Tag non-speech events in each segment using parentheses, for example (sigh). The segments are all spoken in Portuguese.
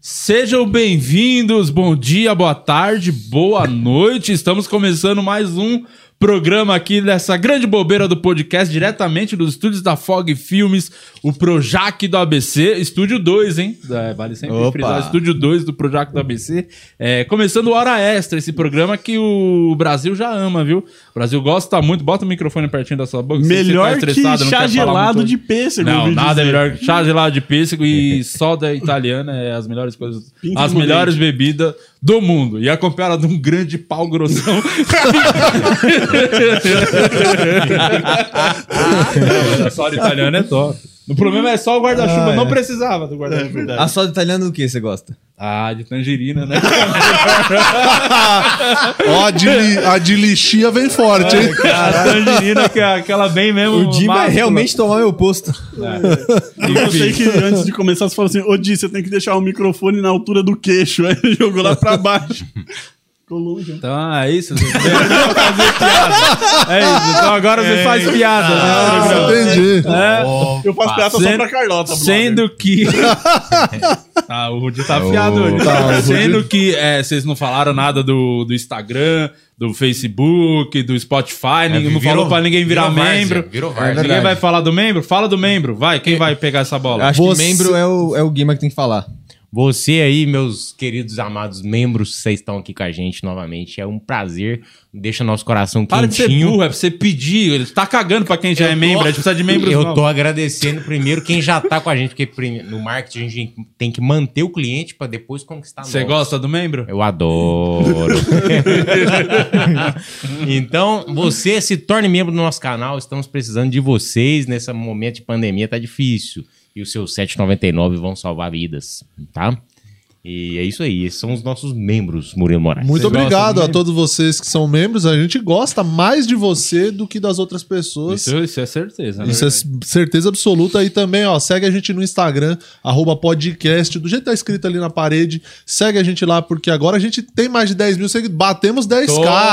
Sejam bem-vindos, bom dia, boa tarde, boa noite. Estamos começando mais um programa aqui dessa grande bobeira do podcast, diretamente dos estúdios da Fog Filmes, o Projac do ABC, estúdio 2, hein? É, vale sempre Opa. frisar, estúdio 2 do Projac do ABC. É, começando o Hora Extra, esse programa que o Brasil já ama, viu? O Brasil gosta muito. Bota o microfone pertinho da sua boca. se você tá Melhor que estressado, não quer chá falar muito gelado hoje. de pêssego. eu Não, ouvi nada é dizer. melhor que chá gelado de pêssego e soda italiana é as melhores coisas, Pinto as no melhores bebidas do mundo. E acompanhada de um grande pau grossão. a soda italiana é top. O problema é só o guarda-chuva, Ah, é. não precisava do É guarda-chuva. verdade. A soda italiana do que você gosta? Ah, de tangerina, né? Ó, a de, li- a de lixia vem forte, hein? a tangerina que é aquela bem mesmo. O Jim vai máscula. realmente tomar meu posto. Eu gostei que antes de começar você falou assim: Ô Di, você tem que deixar o microfone na altura do queixo. (laughs) Aí ele jogou lá pra baixo. Ficou longe. Então é isso. Você (laughs) fazer piada. É isso. Então agora você faz piada. né, Ah, programa? entendi. é. Eu faço piada é só Sendo- pra Carlota. brother. Sendo (laughs) que. ah, o Rudy tá afiado Ô, hoje. tá, o Rudy- Sendo que é, vocês não falaram nada do, do Instagram, do Facebook, do Spotify, ninguém, não falou pra ninguém virar membro. É, Virou várzea. várzea. Ninguém verdade. vai falar do membro? Fala do membro, vai. Quem vai pegar essa bola? Acho Você- que membro é o, é o Guima que tem que falar. Você aí, meus queridos amados membros, vocês estão aqui com a gente novamente. É um prazer. Deixa nosso coração Para de ser quentinho. burro, é pra você pedir. Ele tá cagando pra quem já é Eu tô- membro. A gente precisa de membros Eu novos. tô agradecendo primeiro quem já tá com a gente, porque prime- no marketing a gente tem que manter o cliente pra depois conquistar Você novos. gosta do membro? Eu (laughs) adoro. então, você se torne membro do nosso canal. Estamos precisando de vocês nesse momento de pandemia, tá difícil. E os seus 7,99 vão salvar vidas, tá? E é isso aí. Esses são os nossos membros, Murilo Moraes. Muito Vocês gostam obrigado a mesmo? todos vocês que são membros. A gente gosta mais de você do que das outras pessoas. Isso, isso é certeza. né? Isso é certeza absoluta. E também, ó, segue a gente no Instagram, arroba podcast, do jeito que tá escrito ali na parede. Segue a gente lá, porque agora a gente tem mais de 10 mil seguidores. Batemos 10k.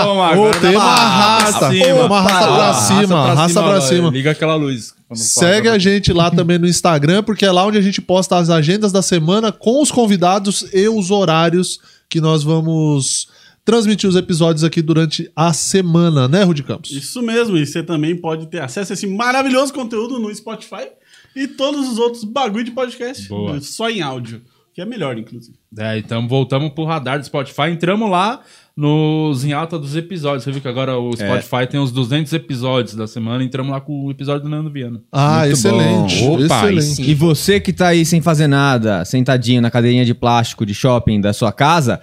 Toma, agora Ô, tem vai uma pra arrasta. cima. Uma arrasta Opa, pra cima, arrasta pra cima. Liga aquela luz. quando Segue fala. né? a gente lá também no Instagram, porque é lá onde a gente posta as agendas da semana com os convidados e os horários que nós vamos transmitir os episódios aqui durante a semana, né, Rudy Campos? Isso mesmo. E você também pode ter acesso a esse maravilhoso conteúdo no Spotify e todos os outros bagulho de podcast. Boa. Só em áudio. Que é melhor, inclusive. É, então voltamos pro radar do Spotify. Entramos lá nos em alta dos episódios. Você viu que agora É. o Spotify tem os 200 episódios da semana. Entramos lá com o episódio do Nando Viana. Ah, Muito excelente. bom. Opa, aí excelente. sim. E você que tá aí sem fazer nada, sentadinho na cadeirinha de plástico de shopping da sua casa,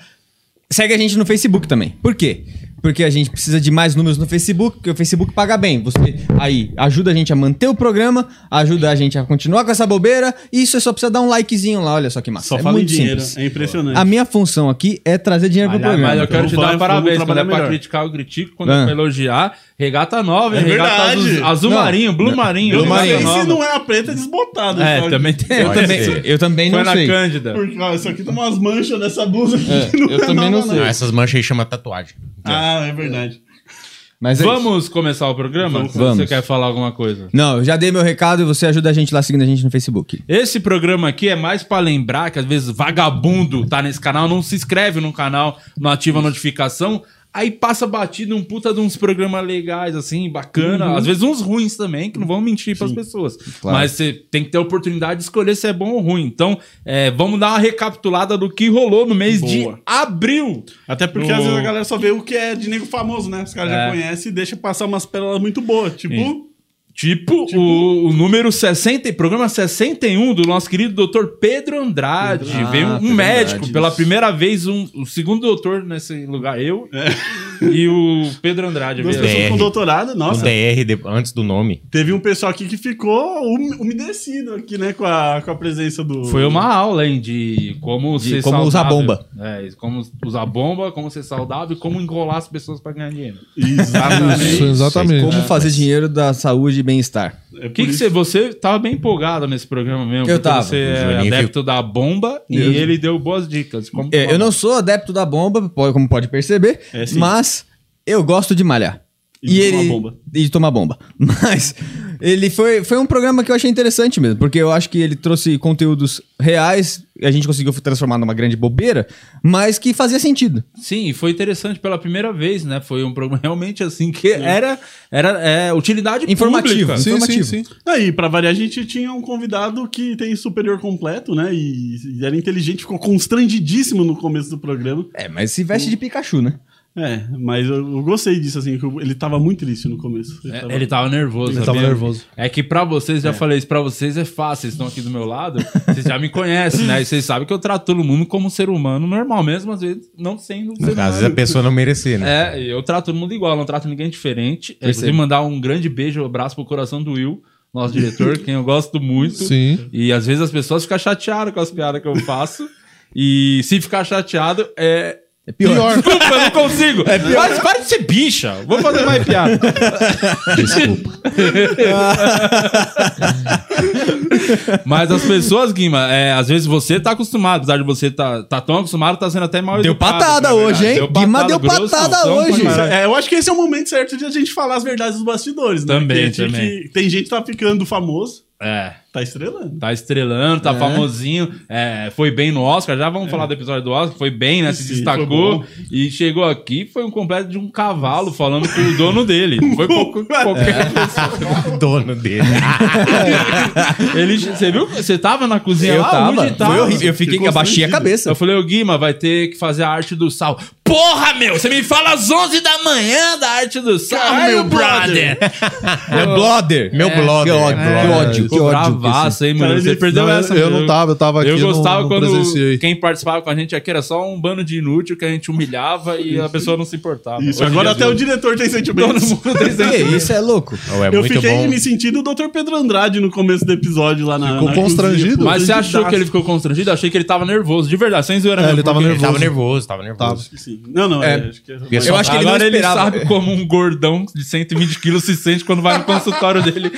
segue a gente no Facebook também. Por quê? Porque a gente precisa de mais números no Facebook, porque o Facebook paga bem. Você aí ajuda a gente a manter o programa, ajuda a gente a continuar com essa bobeira, e isso é só precisa dar um likezinho lá, olha só que massa. Só é fala em muito dinheiro. simples. É impressionante. A minha função aqui é trazer dinheiro pro Aliás, programa. mas eu quero Então te dar vai, um parabéns. vamos Quando é trabalhar pra melhor. criticar, eu critico. Quando Ah. é pra elogiar, regata nova, É hein? regata verdade. azul, azul Não. marinho, blue marinho. Eu Blue não sei regata Marinho. se nova. não é a preta desbotada. É, sabe? também tem. Eu Pode também, ser. eu também Foi não na sei. Cândida. Porque, ó, isso aqui tem umas manchas nessa blusa aqui. É, que não eu é também não nova, sei. Não, Ah, essas manchas aí chama tatuagem. Ah, é verdade. Mas é isso. Vamos começar o programa? Vamos. Se Você Vamos. quer falar alguma coisa? Não, eu já dei meu recado e você ajuda a gente lá seguindo a gente no Facebook. Esse programa aqui é mais pra lembrar que às vezes vagabundo tá nesse canal, não se inscreve no canal, não ativa a notificação, aí passa batido um puta de uns programas legais, assim, bacana. Às vezes uns ruins também, que não vão mentir pras pessoas. Uhum. claro. Mas você tem que ter a oportunidade de escolher se é bom ou ruim. Então, é, vamos dar uma recapitulada do que rolou no mês de Boa. abril. Até porque No- às vezes a galera só vê o que é de nego famoso, né? Os caras É. já conhecem e deixa passar umas pérolas muito boas. Tipo, Sim. Tipo, O, o número 60, e- programa 61 do nosso querido doutor Pedro Andrade. Ah, Veio um Pedro médico, Andrade, pela isso. primeira vez, um, o segundo doutor nesse lugar, eu (laughs) e o Pedro Andrade. duas veio. Gostei. pessoas com BR. doutorado, nossa. Um DR de- antes do nome. Teve um pessoal aqui que ficou hum- umedecido aqui, né? Com a, com a presença do. Foi uma aula, hein, de como De ser como saudável. usar bomba. É, como usar bomba, como ser saudável e como enrolar as pessoas pra ganhar (laughs) dinheiro. (laughs) Isso, Exatamente. exatamente. Como fazer dinheiro da saúde e bem-estar. É O que, por que isso você. Você tava bem empolgado nesse programa mesmo. Eu porque tava. Você é Juninho adepto da bomba e Eu- ele deu boas dicas. Como É, eu não sou adepto da bomba, po- como pode perceber, É, sim. mas eu gosto de malhar. E, de ele. uma bomba. E de tomar bomba. (laughs) Mas ele foi, foi um programa que eu achei interessante mesmo, porque eu acho que ele trouxe conteúdos reais, a gente conseguiu transformar numa grande bobeira, mas que fazia sentido. Sim, e foi interessante pela primeira vez, né? Foi um programa (laughs) realmente assim que era, era é, utilidade Informativo. pública. Sim, sim, Informativo. sim. Aí, Ah, pra variar, a gente tinha um convidado que tem superior completo, né? E, e era inteligente, ficou constrangidíssimo no começo do programa. É, mas se veste de Pikachu, né? É, mas eu, eu gostei disso, assim, que eu- ele tava muito triste no começo. Ele tava- É, ele tava nervoso. Ele sabia? tava nervoso. É que pra vocês, já falei isso, pra vocês é fácil, vocês estão aqui do meu lado, vocês já me conhecem, né? E vocês sabem que eu trato todo mundo como um ser humano normal, mesmo às vezes não sendo um ser humano. Às é vezes a pessoa não merecer, né? É, eu trato todo mundo igual, não trato ninguém diferente. Eu Percebo. queria mandar um grande beijo, um abraço pro coração do Will, nosso diretor, quem eu gosto muito. (laughs) Sim. E às vezes as pessoas ficam chateadas com as piadas que eu faço. e se ficar chateado, é. É pior. Pior. (laughs) Desculpa, eu não consigo. É Para, para de ser bicha. Vou fazer mais piada. Desculpa. Mas as pessoas, Guima, é, às vezes você tá acostumado, apesar de você tá, tá tão acostumado, tá sendo até mal Deu educado, patada na verdade. hoje, hein? Guima deu grosso, patada são hoje. pra caralho. É, eu acho que esse é o momento certo de a gente falar as verdades dos bastidores, né? Também, Porque a gente também. que- tem gente que tá ficando famoso, É, tá estrelando. tá estrelando, tá famosinho, é, foi bem no Oscar, já vamos falar do episódio do Oscar, foi bem, né? Se Sim, foi destacou bom. e chegou aqui, foi um completo de um cavalo falando com o dono dele. Não foi pouco, qualquer O dono dele. Ele, você viu? Você tava na cozinha Eu lá? tava. ah, Onde tá? tava? Foi horrível. Eu fiquei que abaixei a cabeça. Eu falei, ô Guima, vai ter que fazer a arte do sal. Porra, meu! Você me fala às 11 da manhã da arte do sal, Caralho, meu brother! Meu brother. Meu Que brother. ódio, É. que ódio, que Ficou ódio. que esse- bravaço, hein, mano? Cara, Você ele- perdeu Não, eu- essa, eu meu. não tava, eu tava aqui. Eu não- gostava não quando presenciei. quem participava com a gente aqui era só um bando de inútil que a gente humilhava e a pessoa não se importava. Isso, Hoje em agora dia, (laughs) até o diretor tem sentimentos. todo mundo tem Que isso é louco. Ou é eu muito fiquei bom. me sentindo o Dr. Pedro Andrade no começo do episódio lá na. Ficou na constrangido? pô. Mas você achou Constrangidaço. que ele ficou constrangido? Eu achei que ele tava nervoso, de verdade, sem zoeira É, mesmo, ele tava porque- Ele tava nervoso. nervoso, tava nervoso. Sim. Não, não, é, acho que é- Porque mas- só- Eu acho que ele não Agora ele, esperava. sabe como um gordão de 120 quilos se sente quando vai no consultório dele.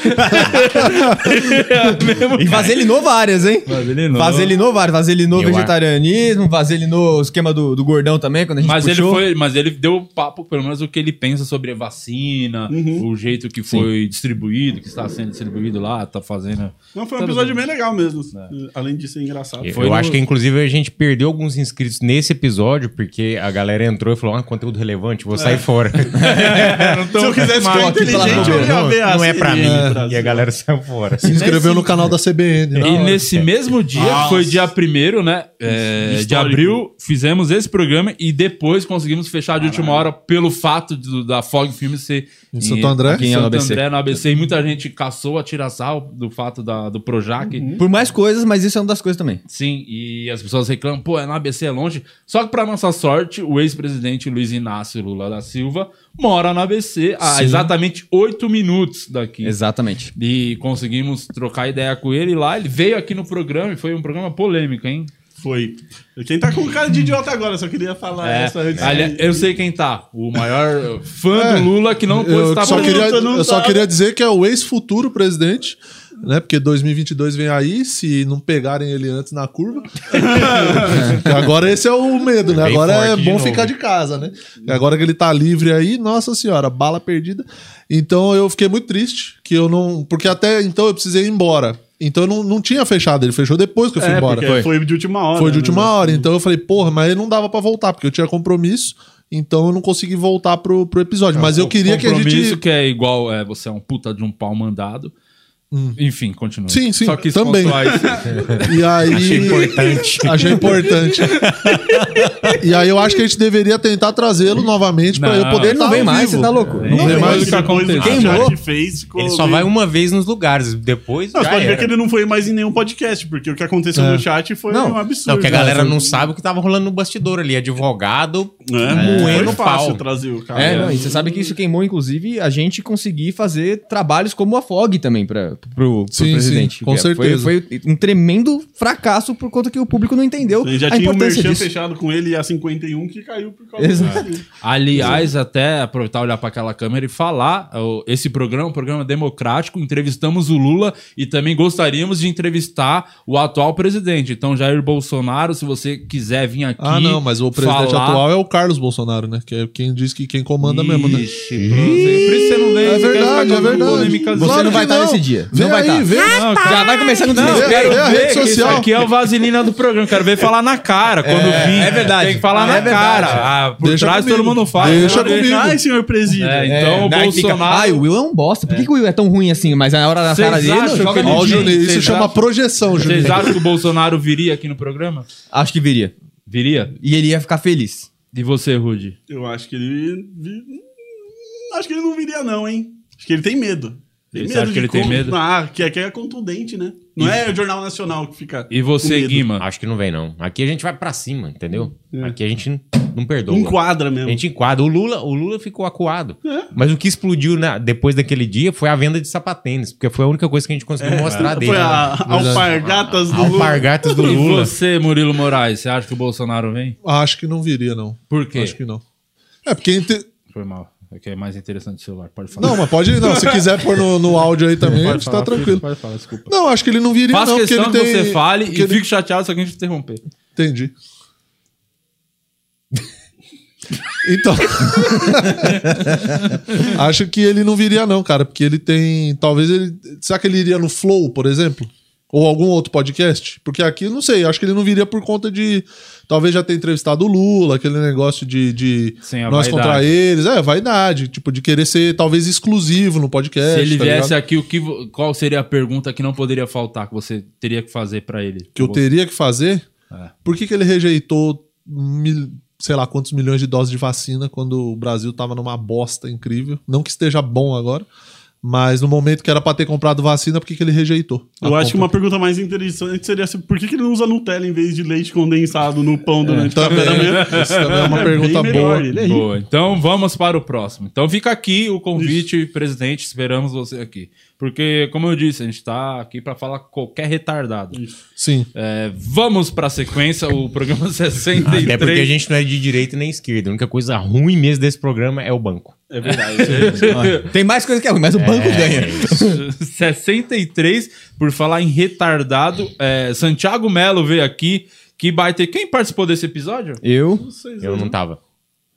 é mesmo. E vaselinou várias, hein? Vaselinou. Vaselinou várias. Vaselinou Eu acho. vegetarianismo, vaselinou o esquema do, do gordão também, quando a gente Mas ele, puxou. foi, mas ele deu papo, pelo menos, o que ele pensa sobre a vacina, o jeito que foi distribuído, que está sendo distribuído lá, tá fazendo. Não, foi um Tá episódio bem. bem legal mesmo. É. Além de ser engraçado. Eu, Foi eu no- acho que, inclusive, a gente perdeu alguns inscritos nesse episódio, porque a galera entrou e falou: ah, conteúdo relevante, É. vou (laughs) sair fora. Se eu quisesse Mas- ficar inteligente, eu ia não, ver a não é pra série mim. do assim, Brasil. E a galera saiu fora. Se inscreveu no canal da CBN. E né? nesse mesmo dia, foi dia 1 né? é, de Histórico. abril, fizemos esse programa e depois conseguimos fechar de última hora pelo fato do- da Fog Filmes ser Em Santo André? Aqui Em em Santo ABC. André, no ABC. E muita gente caçou a tirassal do fato da, do Projac. Por mais coisas, mas isso é uma das coisas também. Sim, e as pessoas reclamam, pô, é no ABC, é longe. Só que, pra nossa sorte, o ex-presidente Luiz Inácio Lula da Silva mora no ABC a Sim. exatamente oito minutos daqui. Exatamente. E conseguimos trocar ideia com ele lá. Ele veio aqui no programa e foi um programa polêmico, hein? Foi. Quem tá com cara de idiota agora, só queria Ah, falar É, essa antes. ali- eu sei quem tá. O (laughs) maior fã do Lula que não pôde É, Eu estar um só, presente. queria, não eu só tava. queria dizer que é o ex-futuro presidente, né? Porque 2022 vem aí, se não pegarem ele antes na (laughs) curva. (laughs) E agora esse é o medo, né? Bem Agora é forte de bom novo. ficar de casa, né? E agora que ele tá livre aí, nossa senhora, bala perdida. Então eu fiquei muito triste que eu não. Porque até então eu precisei ir embora. Então eu não, não tinha fechado, ele fechou depois que eu fui é, embora. É, Porque foi. de última hora. Foi de última né? hora. Então eu falei, porra, mas não dava pra voltar, porque eu tinha compromisso. Então eu não consegui voltar pro, pro episódio. Mas eu queria que a (laughs) Compromisso gente. que é igual, é, você é um puta de um pau mandado. Enfim, continua. Hum. Sim, sim, Só que também. (laughs) E Achei aí. importante. Achei (laughs) importante. e aí eu acho que a gente deveria tentar trazê-lo novamente pra Não, eu poder Ele não tá vem ao mais, vivo. você tá louco? Não Depois vem mais. do que aconteceu. que a Queimou. gente fez, ficou Ele só meio- vai uma vez nos lugares, depois. Não, você já pode ver era. que ele não foi mais em nenhum podcast, porque o que aconteceu no chat foi Não. um absurdo. Não, porque a galera Foi- não sabe o que tava rolando no bastidor ali. Advogado. né? moendo Foi fácil pau. trazer o cara. né? É, não, e você sabe que isso queimou, inclusive, a gente conseguir fazer trabalhos como a FOG também pra, pro, pro Sim, presidente. sim, com É, foi- certeza. Foi, um tremendo fracasso por conta que o público não entendeu Ele já a tinha o importância Merchan disso. fechado com ele e a 51 que caiu por causa Exato. disso. Tá Aliás, até aproveitar olhar para aquela câmera e falar, o- esse programa é um programa democrático, entrevistamos o Lula e também gostaríamos de entrevistar o atual presidente. Então, Jair Bolsonaro, se você quiser vir aqui Ah, não, mas o presidente falar- atual é o Carlos Bolsonaro, né? Que é quem diz que quem comanda mesmo, né? Ixi, pronto. Por isso você não vem. É você quer verdade, ficar é com verdade. polêmicazinha. Você não vai que estar nesse dia. Vê Não vai tá. Ah, aí, vê. estar. Não, cara, Já vai começar no Não, desespero. Quero É a ver que rede isso social. aqui é o vaselina do programa. Quero ver falar na cara quando É, vir. é verdade. Tem que falar É na verdade. cara. Ah, por Deixa trás comigo. todo mundo faz. Deixa Eu não vejo. comigo. Tá né, Ai, senhor presídio. É, É, então o daí fica, Bolsonaro. Ai, o Will é um bosta. Por que, que o Will é tão ruim assim? Mas na hora da Vocês cara dele, acham não que joga ele Ó, o ninguém. Juninho, isso Vocês chama acham- projeção, Juninho. Vocês acham que o Bolsonaro viria aqui no programa? Acho que viria. Viria. E ele ia ficar feliz. E você, Rude? Eu acho que ele. vi- Acho que ele não viria, não, hein? Acho que ele tem medo. Tem Você acha que de ele tem como- medo? Ah, que é, que é contundente, né? Não é o Jornal Nacional que fica. E com você, medo. Ah, Guima? Acho que não vem, não. Aqui a gente vai pra cima, entendeu? Aqui a gente n- não perdoa. É. Enquadra mesmo. A gente enquadra. O Lula, o Lula ficou acuado. É. Mas o que explodiu na- depois daquele dia foi a venda de sapatênis, porque foi a única coisa que a gente conseguiu mostrar dele. É. Foi a né? Alpargatas do Lula. Alpargatas do E Lula. você, Murilo Moraes? Você acha que o Bolsonaro vem? Acho que não viria, não. Por quê? Acho que não. É, porque. inte- Foi mal. É que é mais interessante o celular. Pode falar. Não, mas pode. Não, se quiser pôr no, no áudio aí também, tá tranquilo. Pode falar, desculpa. Não, acho que ele não viria, Faço não. Porque questão ele que tem. você fale e porque ele- fico chateado se alguém te interromper. Entendi. (laughs) Então. (laughs) acho que ele não viria, não, cara, porque ele tem. Talvez ele. Será que ele iria no Flow, por exemplo? Ou algum outro podcast? Porque aqui, eu não sei, acho que ele não viria por conta de. Talvez já ter entrevistado o Lula, aquele negócio de, de Sim, a nós vaidade. contra eles. É, vaidade. Tipo, de querer ser talvez exclusivo no podcast. se ele tá viesse ligado? aqui, o que, vo- qual seria a pergunta que não poderia faltar, que você teria que fazer pra ele? que eu teria que fazer, É. por que, que ele rejeitou mil- sei lá quantos milhões de doses de vacina quando o Brasil tava numa bosta incrível? Não que esteja bom agora, mas no momento que era pra ter comprado vacina, por que, que ele rejeitou? Eu acho que uma pergunta mais interessante seria assim, por que, que ele não usa Nutella em vez de leite condensado no pão durante o café da manhã? também, isso também é uma (laughs) Bem pergunta melhor, boa. Ele é rico. Boa, então vamos para o próximo. Então fica aqui o convite, presidente, esperamos você aqui. Porque, como eu disse, a gente tá aqui pra falar com qualquer Hum. retardado. Sim. É, vamos pra sequência, o programa (laughs) 63. Até porque a gente não é de direita nem esquerda. A única coisa ruim mesmo desse programa é o banco. É verdade. Tem mais coisa que é ruim, mas o banco ganha. (laughs) 63, por falar em retardado, é, Santiago Melo veio aqui, que baita. Quem participou desse episódio? Eu? Eu não tava.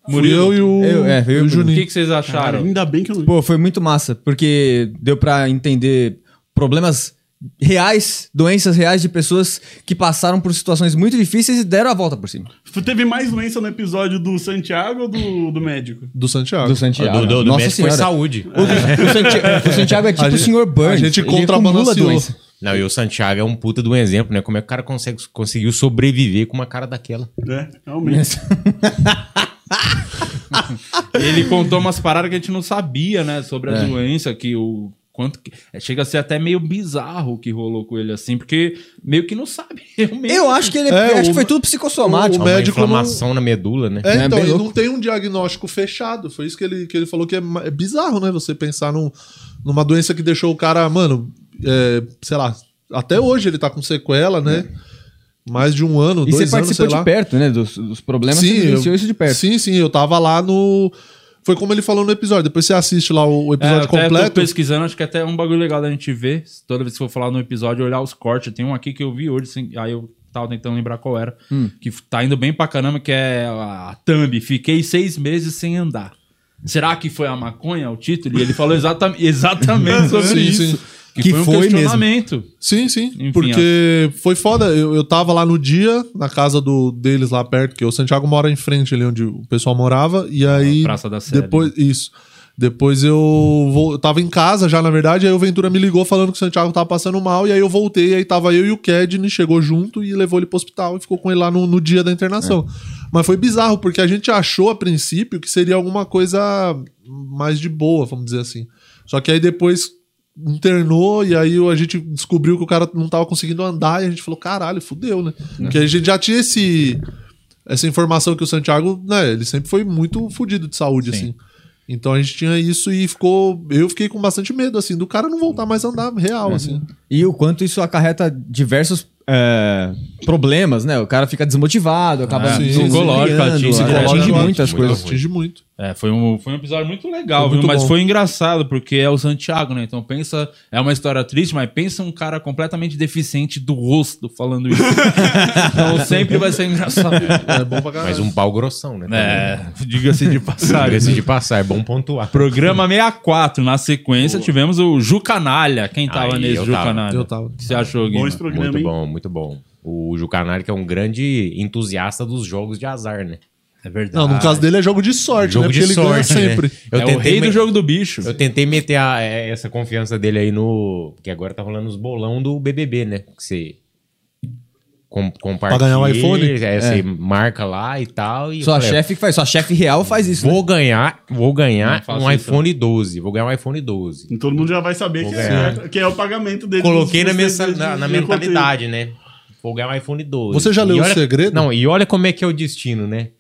Murilo e o, Eu, é, eu e o e o O Juninho. que, que vocês Cara, acharam? ainda bem que eu não. Pô, foi muito massa, porque deu pra entender problemas reais, doenças reais de pessoas que passaram por situações muito difíceis e deram a volta por cima. Teve mais doença no episódio do Santiago ou do, do médico? Do Santiago. Do Santiago. do do, do Nossa Messi foi senhora. saúde. O, do- o Santiago, o Santiago é tipo É. A o gente- Sr. Burns. a gente ele acumula contrabalanceou. doença. Não, e o Santiago é um puta de um exemplo, né? Como é que o cara consegue, conseguiu sobreviver com uma cara daquela? É, realmente. Ele contou umas paradas que a gente não sabia, né? Sobre a doença, que o. Quanto que. é, Chega a ser até meio bizarro o que rolou com ele, assim, porque meio que não sabe (laughs) realmente. Eu acho que ele É, o- acho que foi tudo psicossomático. O Uma médico não- inflamação na medula, né? É, É, então, bem ele louco. não tem um diagnóstico fechado. Foi isso que ele, que ele falou que é, ma- é bizarro, né? Você pensar num, numa doença que deixou o cara, mano, é, sei lá, até hoje ele tá com sequela, né? Mais de um ano, É. E você dois anos, participou sei de lá. perto, né? Dos, dos problemas, Sim, você vivenciou eu- isso de perto. Sim, sim, eu tava lá no. Foi como ele falou no episódio. Depois você assiste lá o, o É, episódio até Eu tô completo. pesquisando, acho que até é um bagulho legal da gente ver. Toda vez que for falar no episódio, olhar os cortes. Tem um aqui que eu vi hoje, assim, aí eu tava tentando lembrar qual era. Que f- tá indo bem pra caramba, que é a Thumb. Fiquei seis meses sem andar. Será que foi a maconha o título? E ele falou exata- (laughs) exatamente sobre (laughs) Sim, isso. sim. Que, Que foi um foi mesmo. questionamento. Sim, sim. Enfim, porque foi foda. Eu, eu tava lá no dia, na casa do, deles lá perto, que o Santiago mora em frente ali onde o pessoal morava. E aí. Praça da Sé, né? Depois, isso. Depois eu, vou, eu tava em casa já, na verdade, aí o Ventura me ligou falando que o Santiago tava passando mal, e aí eu voltei, aí tava eu e o Kedney, chegou junto e levou ele pro hospital e ficou com ele lá no, no dia da internação. É. Mas foi bizarro, porque a gente achou a princípio que seria alguma coisa mais de boa, vamos dizer assim. Só que aí depois internou e aí a gente descobriu que o cara não tava conseguindo andar e a gente falou, caralho, fudeu, né? É. Porque a gente já tinha esse essa informação que o Santiago, né, ele sempre foi muito fudido de saúde assim. Então a gente tinha isso e ficou. Eu fiquei com bastante medo, assim, do cara não voltar mais a andar Uhum. real, assim. E o quanto isso acarreta diversos é, problemas, né? O cara fica desmotivado, acaba É, se sim, psicológico, desviando, atinge- atinge psicológico, muitas muito coisas. Atinge muito. É, foi um, foi um episódio muito legal, Foi viu? muito mas bom. foi engraçado, porque é o Santiago, né? Então pensa, é uma história triste, mas pensa um cara completamente deficiente do rosto falando isso. (laughs) então sempre vai ser engraçado. (laughs) É bom pra Mas caralho. um pau grossão, né? É, diga-se de passagem. Diga-se de passar, é bom pontuar. Programa 64, na sequência tivemos o Ju Canalha. Quem tava Aí, nesse eu Ju tava. Canalha? Eu tava. O que você achou, Bom Guima? esse programa, Muito hein? bom, muito bom. O Ju Canari, que é um grande entusiasta dos jogos de azar, né? É verdade. Não, no caso dele é jogo de sorte, jogo né? Porque de ele sorte, ganha né? sempre. Eu é o tentei rei me- do jogo do bicho. Eu tentei meter a- é, essa confiança dele aí no. Que agora tá rolando os bolão do BBB, né? Que você. Com, compartilha. ganhar um iPhone? é, Você marca lá e tal. E Sua eu falei, chefe que faz, sua chefe real faz isso. né? Vou ganhar, vou ganhar Não faço um isso, iPhone 12. Vou ganhar um iPhone 12. E Então, Todo mundo já vai saber Vou que é, ganhar. que é o pagamento dele. Coloquei na, Dos- mensa, dos- na, dos- na dos mentalidade, né? Vou ganhar um iPhone 12. Você já E leu O olha- Segredo? Não, e olha como é que é o destino, né?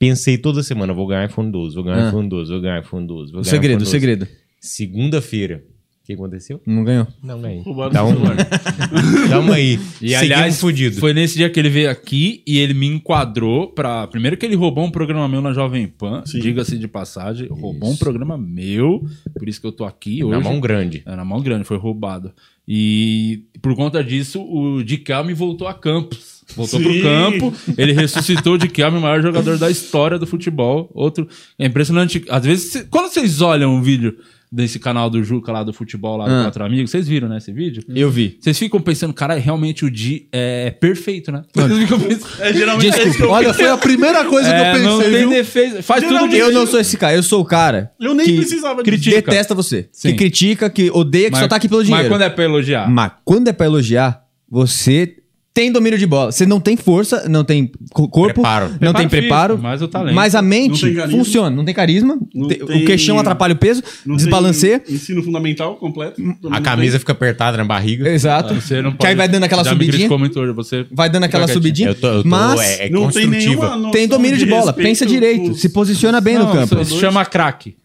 Pensei toda semana, vou ganhar um iPhone 12, vou ganhar Ah. iPhone 12, vou ganhar um iPhone 12. Vou O ganhar segredo, o iPhone 12. segredo. Segunda-feira. O que aconteceu? Não ganhou. Não ganhei. Roubaram Dá o um, (laughs) dá uma aí. E Seguimos aliás, fudido. foi nesse dia que ele veio aqui e ele me enquadrou pra. Primeiro que ele roubou um programa meu na Jovem Pan, Sim. diga-se de passagem, roubou um programa meu, por isso que eu tô aqui hoje. Na mão grande. É, na mão grande, foi roubado. E por conta disso, o Dicalme voltou a Campos. Voltou Sim. pro campo, ele ressuscitou o Dicalme, o maior jogador da história do futebol. Outro. É impressionante. Às vezes, cê- quando vocês olham um vídeo desse canal do Juca lá do futebol, lá do Ah. Quatro Amigos, vocês viram, né, esse vídeo? Eu vi. Vocês ficam pensando, cara, realmente o Di é perfeito, né? Vocês ficam pensando. É, geralmente é isso que Desculpa. eu, Olha, foi a primeira coisa É, que eu não pensei, tem viu? defesa. Faz tudo Geralmente- de Eu não sou esse cara, eu sou o cara. eu nem que precisava critica. dizer. Detesta você. Sim. Que critica, que odeia, que só tá aqui pelo dinheiro. Mas quando é pra elogiar? Mas quando é pra elogiar, você tem domínio de bola. Você não tem força, não tem co- corpo, Preparo. não Preparo tem preparo, físico, mas o talento. mas a Não tem mente carisma. funciona. Não tem carisma, Não te- tem- o queixão atrapalha o peso, Não desbalanceia. tem Ensino fundamental completo. Todo A mundo camisa fica apertada na barriga. Exato. Ah, Você não que aí vai dando aquela já Me subidinha, criticou muito hoje, você. vai dando aquela Fica quietinho. subidinha, Eu tô, eu tô- mas é, é tem. Não tem construtiva. nenhuma noção tem domínio de bola, respeito pensa direito, pros- se posiciona bem no Não, campo. isso Se chama craque.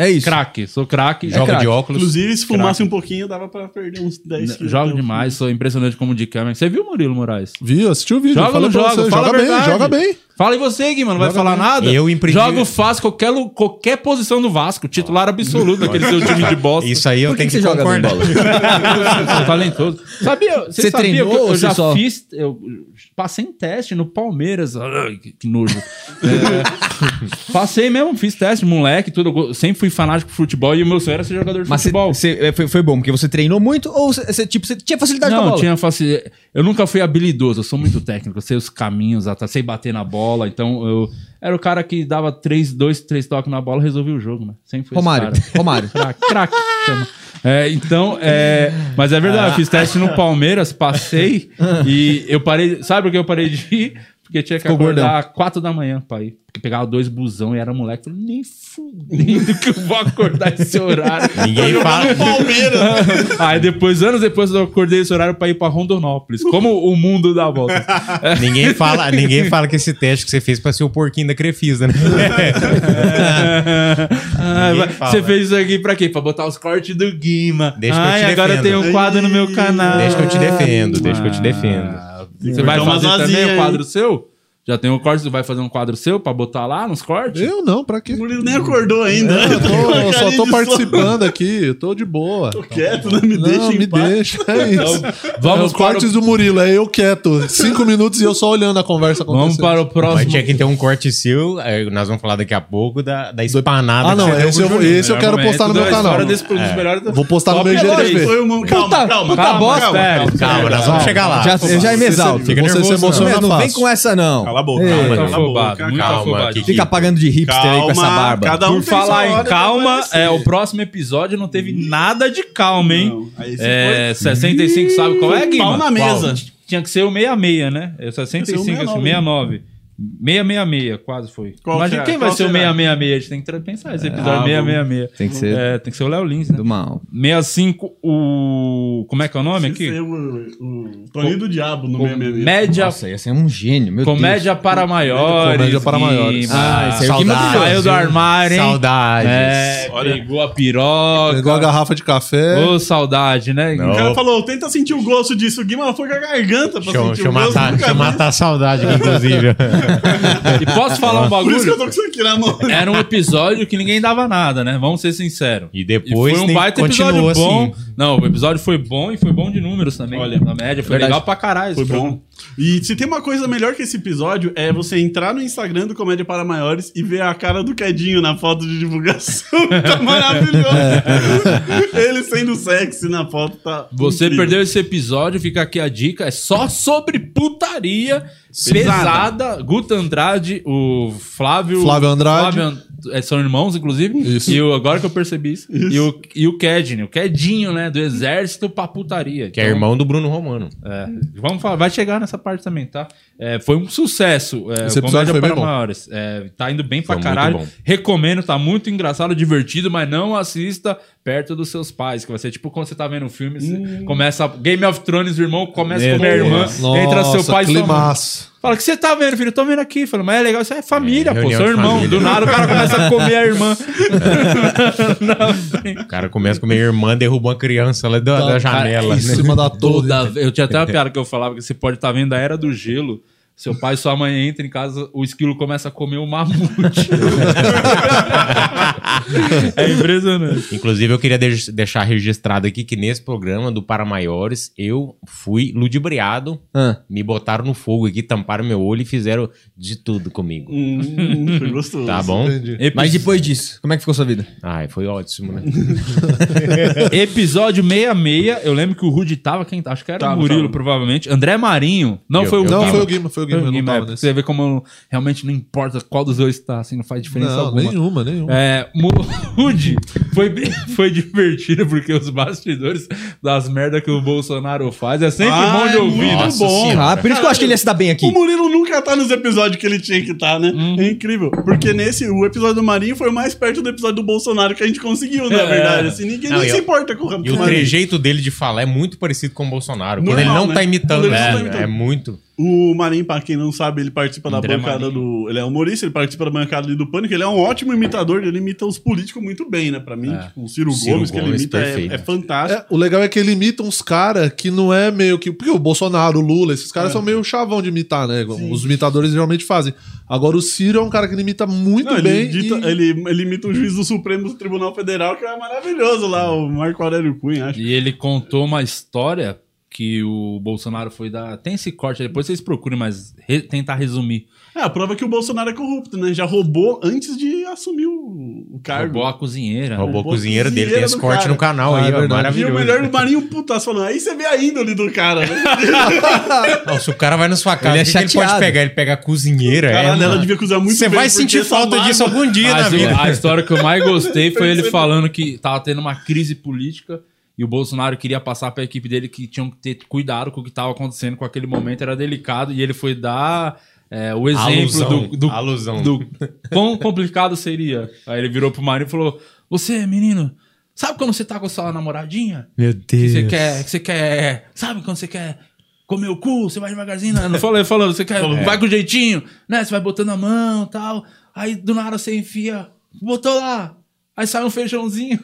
É isso. É. Craque, sou craque. Joga craque. de óculos. Inclusive, se fumasse um pouquinho, dava pra perder uns 10 quilos. Joga né, demais, sou impressionante como de câmera. Você viu o Murilo Moraes? Viu? Assistiu o vídeo. Joga ou Falei não pra joga? você, Fala a joga bem, verdade. joga bem. Fala aí você, Gui, mano. Não vai Joga falar bem. nada? Eu imprimi- Joga o Faz qualquer, lu- qualquer posição do Vasco. Titular absoluto daquele seu time (laughs) de bosta. Isso aí eu Por que, tenho que que, você joga bem concordar. bola? Sou talentoso. Sabia, você, é Você sabia treinou que eu- eu, ou já você só- fiz, eu passei em teste no Palmeiras. Ai, que que (laughs) nojo. É, passei mesmo, fiz teste, moleque, tudo. Eu go- sempre fui fanático de futebol e o meu sonho era ser jogador de Mas cê- futebol. cê- é, foi, foi bom, porque você treinou muito ou você, cê, tipo, você tinha facilidade com a Não, bola? tinha facilidade. Eu nunca fui habilidoso, eu sou muito técnico, eu sei os caminhos, ata- sei bater na bola, então eu era o cara que dava três, dois, três toques na bola, resolvia o jogo, né? Sempre foi Romário, esse cara. (laughs) Romário. Craque, craque. chama. É, então, é, mas é verdade, eu Ah. fiz teste no Palmeiras, passei e eu parei, sabe por que eu parei de ir? Porque tinha que Ficou acordar quatro da manhã pra ir. Porque pegava dois busão e era moleque. Falei, nem fudendo que eu vou acordar esse (laughs) horário. (laughs) Ninguém fala. Palmeiras. Aí depois, anos depois, eu acordei esse horário pra ir pra Rondonópolis. Como o mundo dá volta. (laughs) (laughs) Ninguém fala, ninguém fala que esse teste que você fez pra ser o porquinho da Crefisa, né? (laughs) Ah, É. Ninguém vai- fala. Você fez isso aqui pra quê? Pra botar os cortes do Guima. Deixa que eu Ai, te agora eu defendo. tenho um quadro no meu canal. Deixa que eu te defendo, deixa que eu te defendo. Ah, Você vai Então, umas fazer também asinhas um aí. quadro seu? Já tem um corte, você vai fazer um quadro seu pra botar lá nos cortes? Eu não, pra O quê? Murilo nem acordou ainda. (laughs) Eu, tô- eu Com só a carinha tô de participando aqui, eu tô de boa. sono. Quieto, não me Não, deixa em me paz. deixa, é isso. Então, vamos É os para o- cortes do Murilo, é eu quieto. Cinco minutos e eu só olhando a conversa Vamos acontecendo. para o Mas próximo. tinha que ter um corte seu, aí nós vamos falar daqui a pouco da, da espanada. Ah, não, que você deu esse pro eu, vou- Juninho. esse eu quero Momento postar no meu da canal. história desse produto melhor. Vou postar no Top meu elogios. IGTV. É, Foi uma... Calma, Puta- calma. puta calma, bosta, calma, velho. calma, Calma, nós vamos chegar lá. Já, eu já é me exalto. Fica Você se nervoso, não. emociona não vem fácil. com essa, não. Cala a boca. Ei, Calma, Muito cala a tá afobado, boca. muito Calma, afobado. que- Fica pagando de hipster aí com essa barba. Cada um Por tem sua falar em hora, calma, é, vai o aparecer. próximo episódio não teve nada de calma, hein? Não, aí você É, 65, sabe qual é, Guima? Pau na Qual? mesa. Tinha que ser o 66, né? É 65, Tinha que ser o 69. 69. 666, quase foi. Qual Imagina será? quem vai Qual ser o será? 666. A gente tem que tra- pensar esse Ah, episódio 666. Tem que ser um É, tem que ser o Léo Lins, né? do mal. 65, o. Como é que é o nome Esse é aqui? uh, o, o Toninho do Diabo no O meio meio. Média. Nossa, ia ser um gênio, meu Comédia para maiores. Comédia para maiores. Ah, esse aí é o Saudade. que maravilhoso, Saiu do hein? armário, hein? Saudades. É, Olha. pegou a piroca. Pegou a garrafa de café. Ô, saudade, né? Não. O cara falou, tenta sentir o gosto disso. O Guima foi com a garganta pra Deixa eu- sentir deixa eu o gosto. matar, do deixa eu café. matar a saudade, (laughs) aqui, inclusive. E posso falar um Por isso que bagulho? eu tô com isso aqui na mão. Era um episódio que ninguém dava nada, né? Vamos ser sinceros. E E depois foi um nem- baita continuou episódio bom. assim. Não, o episódio foi bom e foi bom de números também. Olha, na média foi verdade. legal pra caralho. Foi esse é bom. E se tem uma coisa melhor que esse episódio, é você entrar no Instagram do Comédia para Maiores e ver a cara do Quedinho na foto de divulgação. (laughs) tá maravilhoso. Ele sendo sexy na foto tá. Você incrível. perdeu esse episódio, fica aqui a dica. É só sobre putaria pesada. Pesada. Guta Andrade, o Flávio. Flávio Andrade. Flávio And- é, são irmãos, inclusive. Isso. E o, agora que eu percebi isso. E o, e o Kedinho. O Kedinho, né? Do exército pra putaria. Que é irmão do Bruno Romano. É, vamos falar, vai chegar nessa parte também, tá? É, foi um sucesso. É, Esse episódio Comédia foi bem para bom. Maiores. É, tá indo bem pra Foi muito caralho. bom. Recomendo, tá muito engraçado, divertido, mas não assista perto dos seus pais, que vai ser tipo quando você tá vendo um filme, você começa Game of Thrones, o irmão começa Meu com a minha irmã, Deus. entra seu Nossa, pai e sua mãe. climaço. Fala, o que você tá vendo, filho? Eu tô vendo aqui. Fala, mas é legal, isso é família, É, pô, reunião seu de irmão. família. Do nada o cara começa a comer a irmã. (laughs) Não, assim. O cara começa com minha irmã, derrubou uma criança lá da, da janela. né? Em cima da torre. Toda vez- Eu tinha até uma piada que eu falava que você pode estar vendo a era do gelo. Seu pai e sua mãe entram em casa, o esquilo começa a comer o (laughs) mamute. é impressionante. Inclusive, eu queria deix- deixar registrado aqui que nesse programa do Para Maiores, eu fui ludibriado, Ah. me botaram no fogo aqui, tamparam meu olho e fizeram de tudo comigo. Hum, foi gostoso. Tá bom? Entendi. Mas depois disso, como é que ficou sua vida? Ai, foi ótimo, né? Episódio 66, eu lembro que o Rude tava, quem tá? Acho que era Tava, o Murilo, tava. provavelmente. André Marinho. Não, Eu- foi o eu Não, tava. foi o Guima, foi o Guima, eu não Guima, é, tava pra nesse. Você vê como eu- realmente não importa qual dos dois tá, assim, não faz diferença Não, alguma. nenhuma, nenhuma. É, (laughs) Mude foi, bem- (laughs) foi divertido porque os bastidores das merdas que o Bolsonaro faz é sempre Ah, bom de é ouvir. muito Nossa bom. Senhora. Ah, por isso que eu acho que ele ia se dar bem aqui. O Murilo nunca tá nos episódios que ele tinha que estar, tá, né? Uhum. É incrível. Porque nesse, o episódio do Marinho foi o mais perto do episódio do Bolsonaro que a gente conseguiu, na É. verdade. Assim, ninguém Não, nem e se o- importa com o E o Marinho. trejeito dele de falar é muito parecido com o Bolsonaro. Normal, quando ele não né? tá imitando, Quando ele não é, tá imitando. é muito. O Marinho, pra quem não sabe, ele participa da André bancada Marinho. do. Ele é humorista, ele participa da bancada ali do Pânico. Ele é um ótimo imitador, ele imita os políticos muito bem, né? Pra mim, tipo, o Ciro, Ciro Gomes, que ele Gomes, imita, é, perfeito. é fantástico. É, o legal é que ele imita uns caras que não é meio que. Porque o Bolsonaro, o Lula, esses caras são meio chavão de imitar, né? Os imitadores geralmente fazem. Agora o Ciro é um cara que ele imita muito Não, ele, bem. dita- e- ele, ele imita o juiz do Supremo do Tribunal Federal, que é maravilhoso lá, o Marco Aurélio Cunha, acho. E ele contou uma história que o Bolsonaro foi dar. Tem esse corte, depois vocês procurem, mas re- tentar resumir. É, a prova é que o Bolsonaro é corrupto, né? Já roubou antes de assumir o, o cargo. Roubou a cozinheira. né? Roubou a Roubou cozinheira dele, tem cozinheira esse do corte cara. no canal Ah, aí, é ó, verdade. E o maravilhoso. melhor, o Marinho putaço falando, aí você vê a índole do cara, né? Não, se o cara vai na sua casa, Ele é o que que ele pode chateado. pegar? Ele pega a cozinheira. é, Caralho, mano. ela devia acusar muito Você bem, vai porque é sentir essa falta mágoa- disso algum dia na Mas o- vida. a história que eu mais gostei foi ele falando que tava tendo uma crise política e o Bolsonaro queria passar pra equipe dele que tinham que ter cuidado com o que tava acontecendo com aquele momento, era delicado, e ele foi dar é, o exemplo Alusão, do, do, (laughs) alusão. do quão complicado seria. Aí ele virou pro Marinho e falou: Você, menino, sabe quando você tá com sua namoradinha? Meu Que Deus. você é quer, que você quer. Sabe quando você quer comer o cu? Você vai devagarzinho. né? Não falei falando, você quer. Vai com jeitinho, né? Você vai botando a mão tal. Aí do nada você enfia. Botou lá. Aí sai um feijãozinho.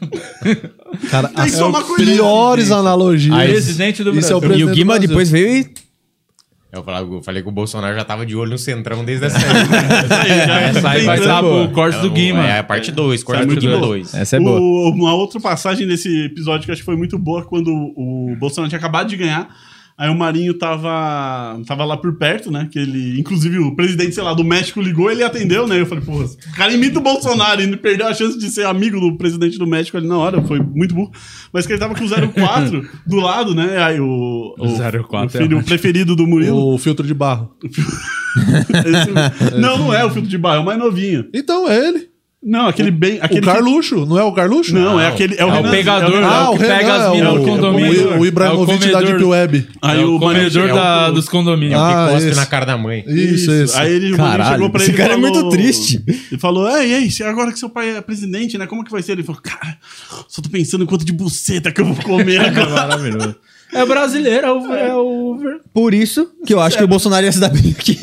Cara, Tem as só uma coisa. é piores analogias. Aí- Presidente do Isso é o Brasil. pre- E o Guima depois veio e. Eu, falava, eu falei que o Bolsonaro já tava de olho no centrão desde essa época. né? Essa (laughs) aí vai dar pro corte do Guima. É a parte 2, corte Isso é do Guima muito bom. 2. Essa é boa. O- uma outra passagem desse episódio que eu acho que foi muito boa, quando o Bolsonaro tinha acabado de ganhar. Aí o Marinho tava, tava lá por perto, né? Que ele, inclusive, o presidente, sei lá, do México ligou, ele atendeu, né? Eu falei, porra, o cara imita o Bolsonaro e perdeu a chance de ser amigo do presidente do México ali na hora, foi muito burro. Mas que ele tava com o 04 do lado, né? Aí o, o, 04 o filho preferido do Murilo. O filtro de barro. Esse- não, não é o filtro de barro, é o mais novinho. Então é ele. Não, aquele bem. Aquele O que- Carluxo, não é o Carluxo? Não, é aquele. É o, É o Renanzinho, pegador, Renan- né? Ah, o o que pega as Renan, minas é do o- condomínio. o- o Ibrahimovic É o da Deep comedor. Web. Aí É o, o comedor Comedor É da, o- dos condomínios. Ah, que cospe esse. na cara da mãe. Isso, isso. Aí ele o Rodrigo Caralho, chegou pra esse ele e cara é falou- muito triste. Ele falou: Ei, ei, se agora que seu pai é presidente, né? Como que vai ser? Ele falou: Cara, só tô pensando em quanto de buceta que eu vou comer agora. Maravilhoso. É brasileiro, é o. É o... Por isso que eu acho que o Bolsonaro ia se dar bem (laughs) aqui.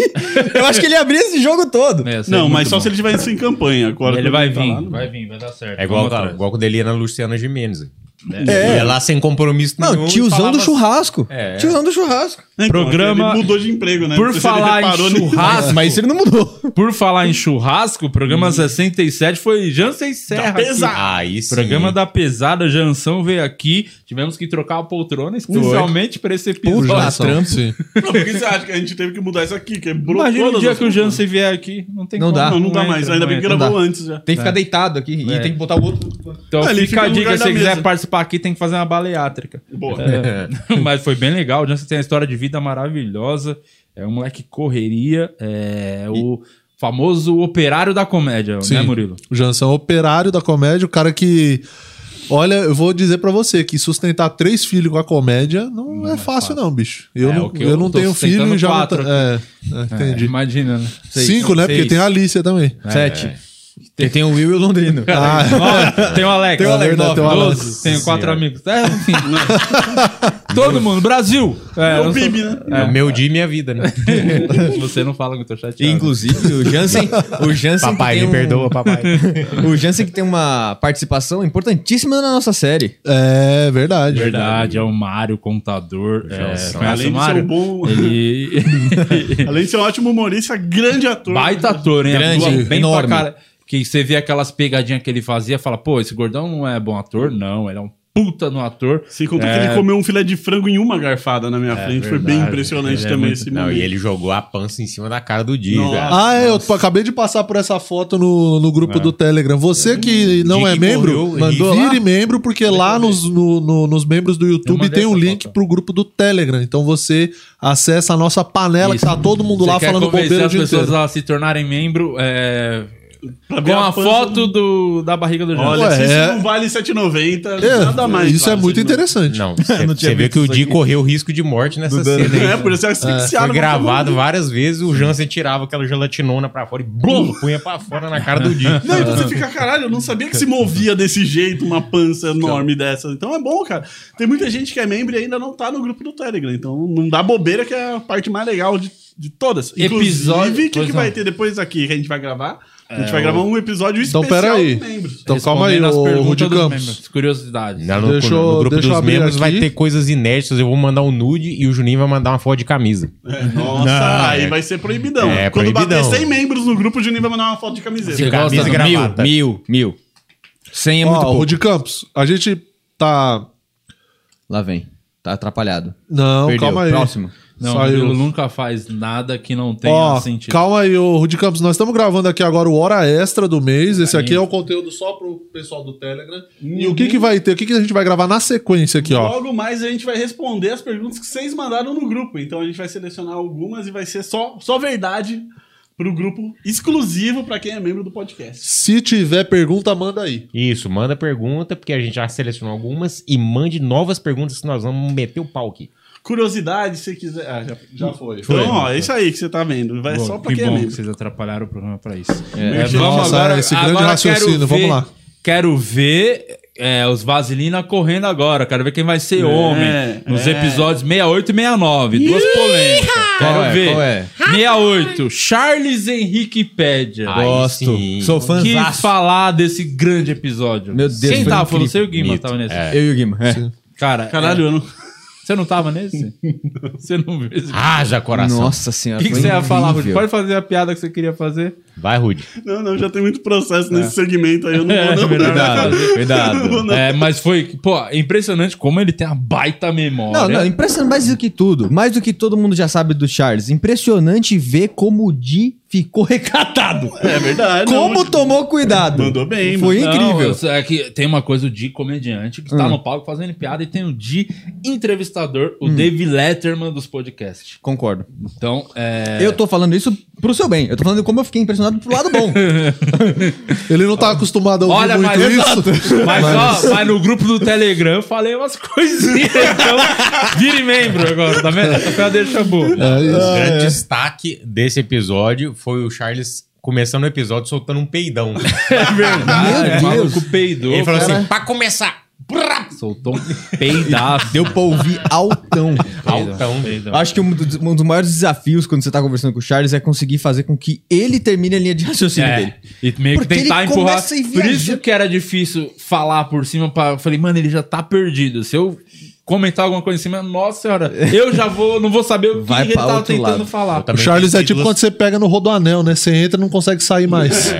Eu acho que ele ia abrir esse jogo todo. É, isso aí é Não, mas muito só bom. se ele tivesse em campanha agora. Ele vai Tá vir, lá, não vai vir, vai dar certo. (laughs) É igual, Vamos cara, atrás. igual quando ele ia na Luciana Gimenez. É. Ia lá sem compromisso nenhum Não, e tiozão falava do churrasco. É. Tiozão do churrasco. Então, Programa- ele mudou de emprego, né? Não Por sei se ele falar reparou em nisso. (laughs) churrasco, Mas isso ele não mudou. por falar em churrasco, o programa 67 foi Jansen Serra. aqui. pesada. Aí sim. Programa da pesada, Jansão veio aqui. Tivemos que trocar a poltrona especialmente para esse O episódio. Jansão, Então, sim. Não, por que você acha que a gente teve que mudar isso aqui? Quebrou Imagina o todas dia as que o coisas. Jansen vier aqui. Não tem Não como. dá. Não, não dá entra, mais. Ainda bem que entra. gravou antes já. Tem que ficar deitado aqui É. e tem que botar o outro. Então Ah, ele fica, fica a no dica, lugar se da você quiser mesa. participar aqui, tem que fazer uma bariátrica. Boa. (laughs) Mas foi bem legal. O Jansen tem uma história de vida maravilhosa. É um moleque que correria. É o famoso operário da comédia, Sim. né, Murilo? O Jansão é operário da comédia, o cara que. Olha, eu vou dizer pra você que sustentar três filhos com a comédia não, é, fácil, não, bicho. Eu É, o não, que eu eu não tô tenho filho sustentando e já. não quatro tá- é, é, entendi. Imagina, né? Cinco, né? Porque seis. tem a Alicia também. É. Sete. Porque tem o Will e o (laughs) Londrino. Ah, Nove. Tem o Alex. Tem o Alex, Nove, nove, doze. Alex. Tenho quatro amigos. É, (laughs) enfim. Todo mundo. Brasil. É, É eu o não (laughs) sou- PIB, né? É, Meu dia e minha vida, né? Se você não fala que eu tô chateado. E, inclusive, o (laughs) Jansen. O Jansen que papai, tem me um- perdoa, papai. O Jansen que tem uma participação importantíssima na nossa série. é verdade. Verdade, é o Mário, contador. É, conhece Johnson. Além o de ser Mário? um bom. Ele... (laughs) Além de ser um ótimo humorista, grande ator. Baita ator, hein? Grande, Atua bem enorme. pra cara. Que você vê aquelas pegadinhas que ele fazia, fala, pô, esse gordão não é bom ator? Não, ele é um puta no ator. Sem contar É. que ele comeu um filé de frango em uma garfada na minha frente. Foi bem verdade. impressionante Ele é também muito- esse Não, momento. e ele jogou a pança em cima da cara do Diga. Nossa. Ah, é, eu t- acabei de passar por essa foto no, no grupo É. do Telegram. Você que não é que membro, morreu, mandou Henrique. vire membro, porque lá nos, no- no- nos membros do YouTube mandei tem um essa link foto. pro grupo do Telegram. Então você acessa a nossa panela, Isso. que tá todo mundo Você lá quer falando convencer bobeira o as dia pessoas inteiro. a se tornarem membro é, Pra ver com a pança- foto do, da barriga do Johnson. Olha, Ué, se isso é- não vale 7,90, É, nada mais. isso vale é muito 7,90. interessante. Não, você vê que o Di correu risco de morte nessa cena. (laughs) aí. É, por isso é asfixiado. Foi gravado várias vezes, o Jansen tirava aquela gelatinona pra fora e blum, punha pra fora na cara do Di. Não, e você fica, caralho, eu não sabia que se movia desse jeito uma pança enorme dessa. Então é bom, cara. Tem muita gente que é membro e ainda não tá no grupo do Telegram. Então não dá bobeira, que é a parte mais legal de, de todas. Episódio- Inclusive, o que, pois que não. vai ter depois aqui que a gente vai gravar? A gente vai gravar um episódio Então, especial peraí. com membros. Então calma aí, Respondendo as ô perguntas Rudy dos Campos. membros. Curiosidades. Lá no, Deixa no eu- grupo deixa eu dos abrir membros vai aqui. ter coisas inéditas. Eu vou mandar um nude e o Juninho vai mandar uma foto de camisa. É, nossa, Não, aí é- vai ser proibidão. é Quando proibidão. bater 100 membros no grupo, o Juninho vai mandar uma foto de camiseta. Você gosta camisa do e gravata. Mil, mil. Cem é muito Ó, pouco. Rudy Campos, a gente tá. Lá vem. Tá atrapalhado. Não, Perdeu. calma aí. Próximo. Não, o Saiu. Murilo nunca faz nada que não tenha Ó, sentido. calma aí, ô Rudy Campos. Nós estamos gravando aqui agora o Hora Extra do mês. Esse aqui é o conteúdo só pro pessoal do Telegram. E o que, Uhum. que vai ter? O que, que a gente vai gravar na sequência aqui, ó? Logo mais a gente vai responder as perguntas que vocês mandaram no grupo. Então a gente vai selecionar algumas e vai ser só, só verdade pro grupo exclusivo pra quem é membro do podcast. Se tiver pergunta, manda aí. Isso, manda pergunta, porque a gente já selecionou algumas e mande novas perguntas que nós vamos meter o pau aqui. Curiosidade, se quiser. Ah, já, já foi. Foi. Então, ó, é isso aí que você tá vendo. Vai Bom, só pra Hum, que quem é bom que membro. vocês atrapalharam o programa pra isso. É, nossa, esse grande quero raciocínio, vamos ver- lá. Quero ver é, os Vaselina correndo agora. Quero ver quem vai ser homem nos é. episódios 68 e 69. Duas polêmicas. Quero Qual é, ver. qual é? 68, Charles Henriquepédia. Ai, Gosto. sim. Sou O fã. que falar desse grande episódio? Meu Deus, Quem foi tava? Foi incrível. você e o Guima Mito. tava nesse? É. Eu e o Guima. é. Cara, Caralho, eu não. é, você não tava nesse? você não viu esse Haja coração. Nossa senhora. O que, que foi você ia falar, Rudy? incrível. Pode fazer a piada que você queria fazer? Vai, Rudy. Não, não, já tem muito processo nesse segmento aí. Eu (laughs) não vou, não. É. verdade, Eu não (laughs) vou, Cuidado. não. É, mas foi, pô, é impressionante como ele tem uma baita memória. Não, é não, impressionante mais do que tudo. Mais do que todo mundo já sabe do Charles. Impressionante ver como o Di ficou (laughs) recatado. É verdade. Como não. tomou cuidado. Mandou bem, Foi incrível. Não, é que tem uma coisa, o Di comediante que tá Hum. no palco fazendo piada e tem o Di entrevistador, Hum. o Dave Letterman dos podcasts. Concordo. Então, é... (laughs) Eu tô falando isso pro seu bem. Eu tô falando como eu fiquei direcionado pro lado (laughs) bom. Ele não tá acostumado a ouvir Olha, muito mas, isso. mas, ó, mas no grupo do Telegram eu falei umas (laughs) coisinhas. Então, vire membro agora, tá vendo? Essa foi a deixa boa. É isso. O grande destaque desse episódio foi o Charles começando o episódio soltando um peidão. É verdade. O maluco peidou. Ele falou cara. assim: pra começar, brá, Soltou um peidaço. Deu pra ouvir (laughs) altão. altão. Peidão. Acho que um dos, um dos maiores desafios quando você tá conversando com o Charles é conseguir fazer com que ele termine a linha de raciocínio É, dele. e meio que Porque ele tentar empurrar. começa e Por isso viaja. que era difícil falar por cima. Pra... Eu falei, mano, ele já tá perdido. Se eu comentar alguma coisa em cima, nossa (laughs) senhora, eu já vou, não vou saber o que Vai ele pra tava outro tentando lado. falar. O Também Charles tem é tipo duas- quando você pega no rodoanel, né? Você entra e não consegue sair mais.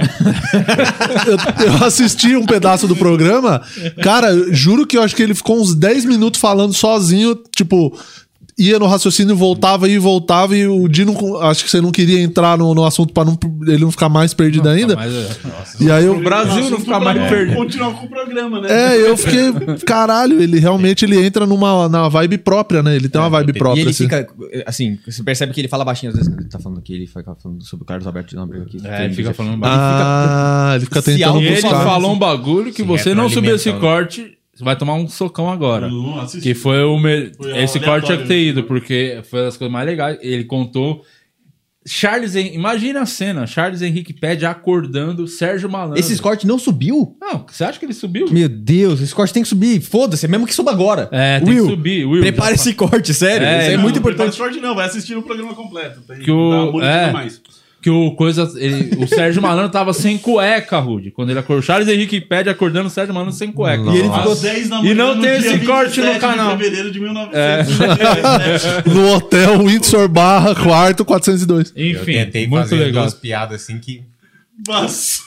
(laughs) Eu, eu assisti um pedaço do programa, cara, eu juro que eu acho que ele ficou uns 10 minutos falando sozinho, tipo, ia no raciocínio, voltava e voltava, e o Dino, acho que você não queria entrar no, no assunto pra não, ele não ficar mais perdido ainda. Mas, é, e aí O eu. Brasil não ficar mais perdido. Continuar com o programa, né? É, eu fiquei. Caralho, ele realmente ele entra numa na vibe própria, né? Ele tem uma vibe E própria. ele assim. fica, assim, você percebe que ele fala baixinho às vezes. Ele tá falando que ele fica falando sobre o Carlos Alberto de Nóbrega aqui. É, ele fica falando baixo. Ah, ele fica se tentando E ele buscar. falou um bagulho que Se é você não subiu esse retroalimentando. corte, você vai tomar um socão agora. Eu não assisti. Que foi o me... Foi esse aleatório. né? corte tinha que ter ido, porque foi uma das coisas mais legais. Ele contou. Charles Hen... Imagina a cena, Charles Henrique Pede acordando Sérgio Malandro. Esse corte não subiu? Não, você acha que ele subiu? Meu Deus, esse corte tem que subir. Foda-se, é mesmo que suba agora. É, tem Will, que subir. Will, Prepara esse corte, sério. É, isso é não, muito prepara importante. short não, vai assistir o programa completo. Tem, Que o- tá muito é. mais. Que o coisa. ele- o Sérgio Malandro tava sem cueca, Rude. Quando ele acordou. Charles Henrique Pede acordando o Sérgio Malandro sem cueca. E ele Às ficou 10 da E manhã não no tem dia esse corte no 27 de canal. fevereiro de É. (laughs) 1997. No hotel Windsor Barra, quarto 402. Eu Enfim, tentei muito fazer legal. (laughs) duas piadas assim que. Mas-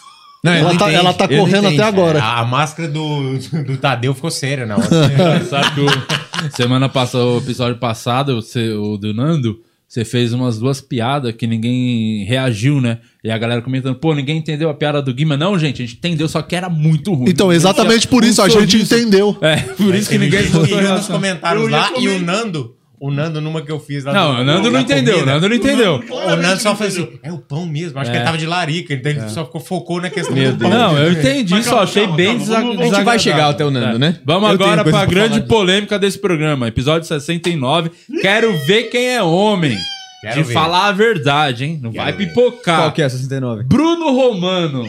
Não, Ela não tá- entende, ela tá ele não correndo entende. até agora. A, a máscara do, do Tadeu ficou séria na hora. Sabe que o- semana passada, o episódio passado, você, o do Nando, você fez umas duas piadas que ninguém reagiu, né? E a galera comentando, pô, ninguém entendeu a piada do Guima. Não, gente, a gente entendeu, só que era muito ruim. Então, exatamente por isso, a gente entendeu. É, por isso que Teve ninguém gente botou que ia nos relação. comentários Eu ia lá e o comer. Nando, o Nando numa que eu fiz lá Não, do- o Nando da não entendeu, o comida, (laughs) Nando não entendeu. O Nando só fez assim, é o pão mesmo. Acho que ele tava de larica, então ele só ficou, focou na questão do pão. Não, eu entendi, Mas só calma, achei calma, bem calma, desa- vamos- vamos- A gente vai desagradável. chegar ao teu Nando, né? É. Vamos Eu tenho agora coisa pra pra grande falar disso. polêmica desse programa, episódio 69. Quero ver quem é homem. Quero de ver. falar a verdade, hein? Não Quero vai ver. pipocar. Qual que é, 69? Bruno Romano.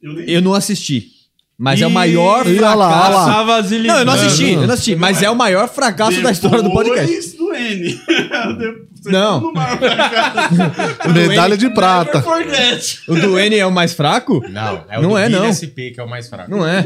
Eu nem Eu não assisti. Mas é o Ih, maior olha lá, fracasso. olha lá. Tá vazilhando. Não, eu não assisti, eu não assisti. Mas é o maior fracasso da história do podcast. Depois do N. (laughs) Depois Não. do Mar, (laughs) cara. Medalha de prata. Never forget. O do N é o mais fraco? Não, é o Não do é, não. SP que é o mais fraco. Não é.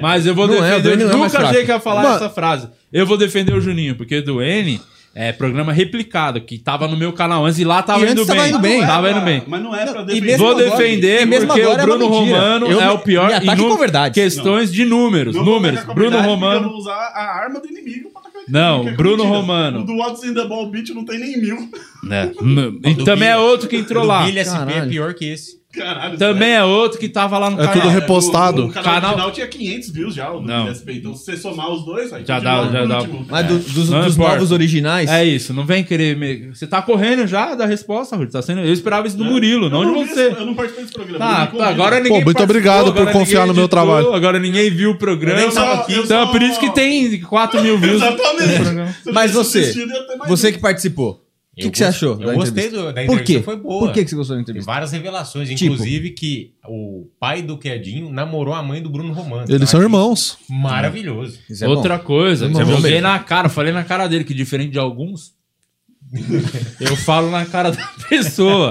Mas eu vou Não é, o do defender. N eu não é mais nunca achei fraco. que ia falar Mano. essa frase. Eu vou defender o Juninho, porque do N é programa replicado, que tava no meu canal antes e lá tava E antes indo tava bem. indo bem. Ah, Tava indo pra- bem. Mas não é pra e defender. mesmo Vou agora- defender e mesmo porque agora o é uma Bruno mentira. Romano Eu é me- o pior me ataque em nu- com verdades. questões de números. Não vou números. atacar com a Bruno verdade, porque Eu Romano. vou usar a arma do inimigo pra atacar o Não, inimigo, que é Bruno mentira. Romano. O do What's in the Ball Beat não tem nem mil. (laughs) (laughs) né? Hum, E Do também é Bilha- outro que entrou lá. O Bilha SP é Caralho. pior que esse. Caralho. Também é outro que tava lá no É canal. tudo sério. repostado. O, o canal, Canal- original tinha 500 views já, o do Não. PSP. Então, se você somar os dois, aí Já continua dá, já por dá. último. Mas É. do- dos, Não dos importa. novos originais. É isso, não vem querer. me- Você tá correndo já da resposta, Ruth. Tá sendo... Eu esperava isso do Murilo, não, de vi esse- você. Eu não participei desse programa. Tá, eu não tá, agora (laughs) ninguém. muito participou, obrigado agora por confiar no meu ninguém trabalho. Agora ninguém viu o programa. Eu nem tava aqui. Então é por isso que tem 4 mil views. no programa. Exatamente. Se eu Mas tivesse você, assistido, ia ter mais você um. que participou, o que, Eu que você gost- achou? Eu gostei entrevista? do- da Por entrevista. quê? Foi boa. Por que, que você gostou da Tem entrevista? várias revelações, Tipo? inclusive que o pai do Quedinho namorou a mãe do Bruno Romano. Eles Então, são acho irmãos. Maravilhoso. Isso é bom. Outra coisa, Isso é eu bom joguei mesmo. na cara, falei na cara dele que diferente de alguns. Eu falo na cara da (laughs) pessoa.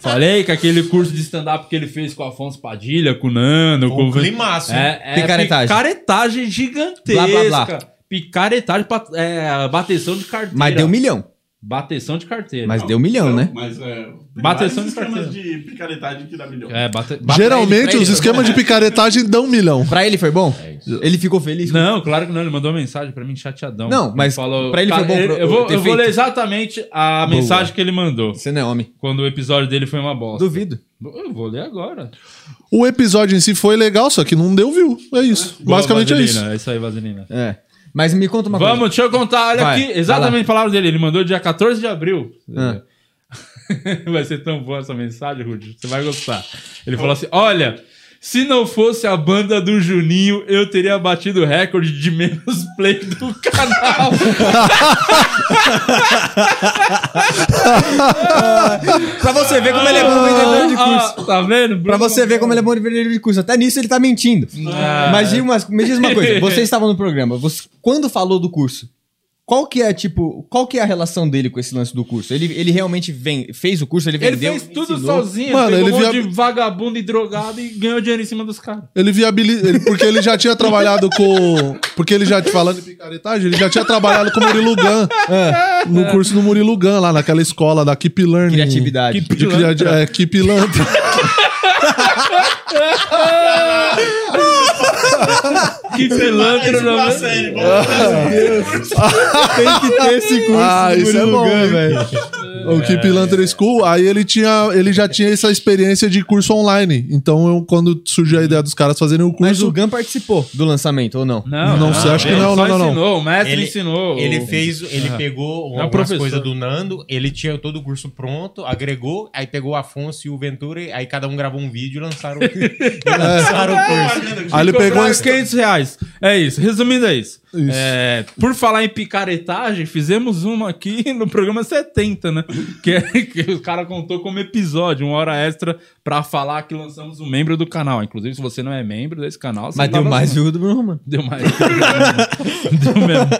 Falei que aquele curso de stand-up que ele fez com o Afonso Padilha, com o Nando, Foi com um climaço. É, é Picaretagem. picaretagem gigantesca. Blá, blá, blá. Picaretagem, pa- é, bateção de carteira. Mas deu um milhão. Bateção de carteira. Mas deu um milhão, né? Mas é. tem Bateção vários de esquemas carteira. de picaretagem que dá milhão. É, bate... Geralmente, os esquemas de picaretagem dão um milhão. Pra ele foi bom? É ele ficou feliz? Não, claro que não. Ele mandou uma mensagem pra mim chateadão. Não, mas falou, pra ele foi Cara, bom pro- Eu vou, ter eu vou feito. ler exatamente a Boa. mensagem que ele mandou. Você não é homem. Quando o episódio dele foi uma bosta. Duvido. Eu vou ler agora. O episódio em si foi legal, só que não deu view. É isso. Basicamente Boa, é vaselina. isso. É isso aí, Vaselina. É. Mas me conta uma Vamos, deixa eu contar. Olha Vai, aqui, exatamente a palavra dele. Ele mandou dia 14 de abril. Ah. (laughs) Vai ser tão boa essa mensagem, Rudy. Você vai gostar. Ele falou assim: olha. Se não fosse a banda do Juninho, eu teria batido o recorde de menos (laughs) play do canal. Pra você ver (laughs) como ele é bom vendedor de curso. Ah, tá vendo? Pra você ver como ele é bom vendedor de curso. Até nisso ele tá mentindo. Ah. Mas diz uma, me diz (laughs) uma coisa. Vocês estavam no programa. Você, quando falou do curso, qual que é, tipo, qual que é a relação dele com esse lance do curso? Ele, ele realmente vem, fez o curso, ele Ele vendeu. fez tudo ensinou? sozinho, Mano, pegou ele um monte via- de vagabundo e drogado e ganhou dinheiro em cima dos caras. (laughs) Ele viabiliza. ele- porque ele já tinha trabalhado com. Porque ele já. Falando em picaretagem, ele já tinha trabalhado com o Murilo Gun. No curso do Murilo Gun, lá naquela escola da Keep Learning. Criatividade. Keep de cria- de- é, Keep Lamp. Que pilantra, não é? Tem que ter esse curso. Ah, do isso é Murilo bom, Gun, hein? O Keep Lantern School, aí ele, tinha, ele já tinha essa experiência de curso online. Então, eu- quando surgiu a ideia dos caras fazerem o Mas curso. o Gun participou do lançamento, ou não? Não, Não sei, acho que ele não, só não, não, não. ensinou, o mestre Ele- ensinou. (laughs) Ele o- fez, ele pegou É um algumas professor. coisas do Nando, ele tinha todo o curso pronto, agregou, aí pegou o Afonso e o Ventura, aí cada um gravou um vídeo e lançaram, e lançaram É. Ah, o curso. Ah, Aí ele pegou Cobraram a 500 reais. É isso. Resumindo, é isso. Isso. É, por falar em picaretagem, fizemos uma aqui (laughs) no programa 70, né? Que, é- (laughs) que o cara contou como episódio, uma hora extra pra falar que lançamos um membro do canal. Inclusive, se você não é membro desse canal, você Mas tá deu mais vacilando. viu do Bruno Romano. Deu mais. (laughs) Deu mesmo.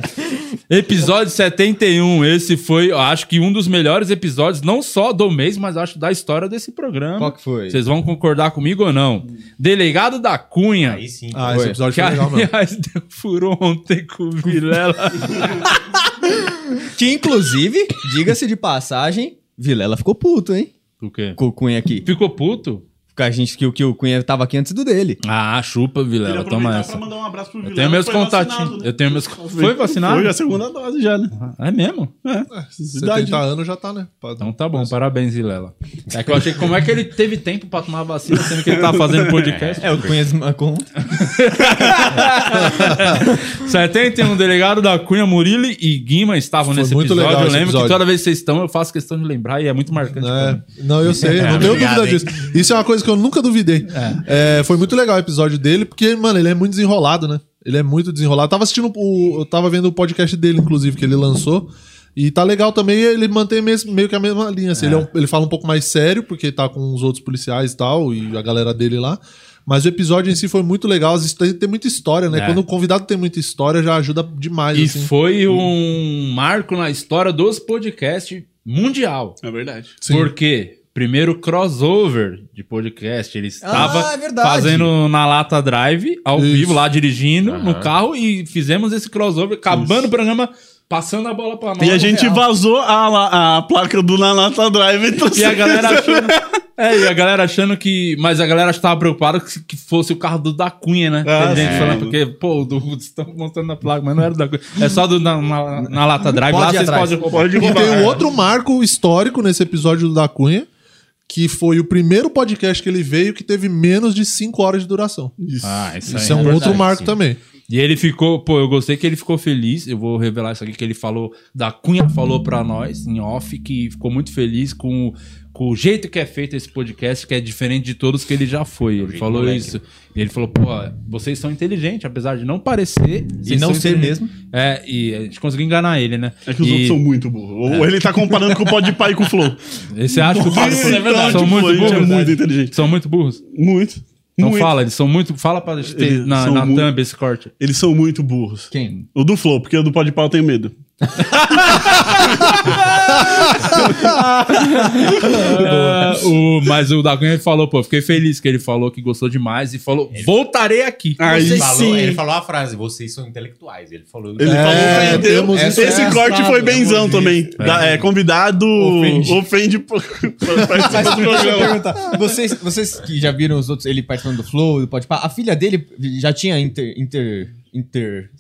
Episódio 71. Esse foi, eu acho que um dos melhores episódios, não só do mês, mas acho da história desse programa. Qual que foi? Vocês vão concordar comigo ou não? Delegado da Cunha. Aí sim. Ah, esse Foi. episódio que foi legal, (laughs) mano. aliás (laughs) deu furo ontem com o Vilela. Que inclusive, diga-se de passagem, Vilela ficou puto, hein? (laughs) o quê? Com o Cunha aqui. Ficou puto? Com a gente que, o- que o Cunha tava aqui antes do dele. Ah, chupa, Vilela, toma pra essa. mandar um abraço pro Eu Vilela, tenho meus que foi contatinhos. vacinado, né? Eu tenho meus. Foi vacinado? Foi a segunda dose já, né? É mesmo? É, Idade. 70 anos já tá, né? Pra- Então tá bom, parabéns, Vilela. É que eu achei que como é que ele teve tempo pra tomar vacina, sendo que ele tá fazendo (laughs) podcast. É, o Cunha desmarcou ontem. 71 delegado da Cunha, Murilo e Guima estavam Foi nesse muito episódio. legal eu esse lembro que episódio. toda vez que vocês estão, eu faço questão de lembrar e é muito marcante. pra mim. É, não, eu (laughs) sei, não tenho obrigado, dúvida disso. Isso é uma coisa que eu nunca duvidei. É, foi muito legal o episódio dele, porque, mano, ele é muito desenrolado, né? Ele é muito desenrolado. Eu tava assistindo, o, eu tava vendo o podcast dele, inclusive, que ele lançou. E tá legal também, ele mantém mes- meio que a mesma linha. assim. Ele, é um- ele fala um pouco mais sério, porque tá com os outros policiais e tal, e a galera dele lá. Mas o episódio em si foi muito legal. As histó- Tem muita história, né? É. Quando o convidado tem muita história, já ajuda demais. E assim. foi um marco na história dos podcasts mundial. É verdade. Sim. Porque primeiro crossover de podcast, ele estava é verdade. fazendo na lata drive ao Isso. vivo lá dirigindo no Aham. carro e fizemos esse crossover acabando o programa passando a bola para nós. E a no gente real. vazou a, la- a placa do Nanata Drive. Então e a galera achando, é, e a galera achando que, mas a galera estava preocupada que, que fosse o carro do da Cunha, né? Ah, Tem gente sim. falando porque pô, o do estão mostrando na placa, mas não era o da Cunha. É só do na, na- na lata drive Pode lá ir vocês atrás. podem roubar. pode E roubar. tem um outro marco histórico nesse episódio do da Cunha, que foi o primeiro podcast que ele veio que teve menos de 5 horas de duração. Isso. Ah, isso, Isso é aí um verdade, outro marco sim. também. E ele ficou, pô, eu gostei que ele ficou feliz. Eu vou revelar isso aqui que ele falou, da Cunha falou pra nós em off que ficou muito feliz com, o- com o jeito que é feito esse podcast, que é diferente de todos que ele já foi. Ele jeito falou moleque. isso. E ele falou, pô, vocês são inteligentes, apesar de não parecer. E vocês não são ser inteligentes. mesmo. É, e a gente conseguiu enganar ele, né? (laughs) É que os E outros são muito burros. Ou ele tá comparando com o Pode Pai e com o Flow. Você acha que Nossa, é verdade. são Tipo, a muito gente é burros? muito inteligente. São muito burros. Muito. Então muito. fala, eles são muito. Fala pra gente ter Eles na, são na muito- thumb esse corte. Eles são muito burros. Quem? O do Flow, porque o do Pode Pai eu tenho medo. Ah, o, mas o da Cunha falou, pô, fiquei feliz que ele falou que gostou demais e falou, voltarei aqui. Aí Ele sim. falou, ele falou a frase, vocês são intelectuais. Ele falou. Ele É. falou É, ofendeu. temos Esse isso. esse É, corte sabe, foi benzão temos também. Da- é, convidado Ofende. ofende, (laughs) pro pra participar do (laughs) Deixa eu programa. perguntar. (laughs) Vocês, vocês que já viram os outros, ele participando do Flow, do Podpah, a filha dele já tinha inter... inter... inter...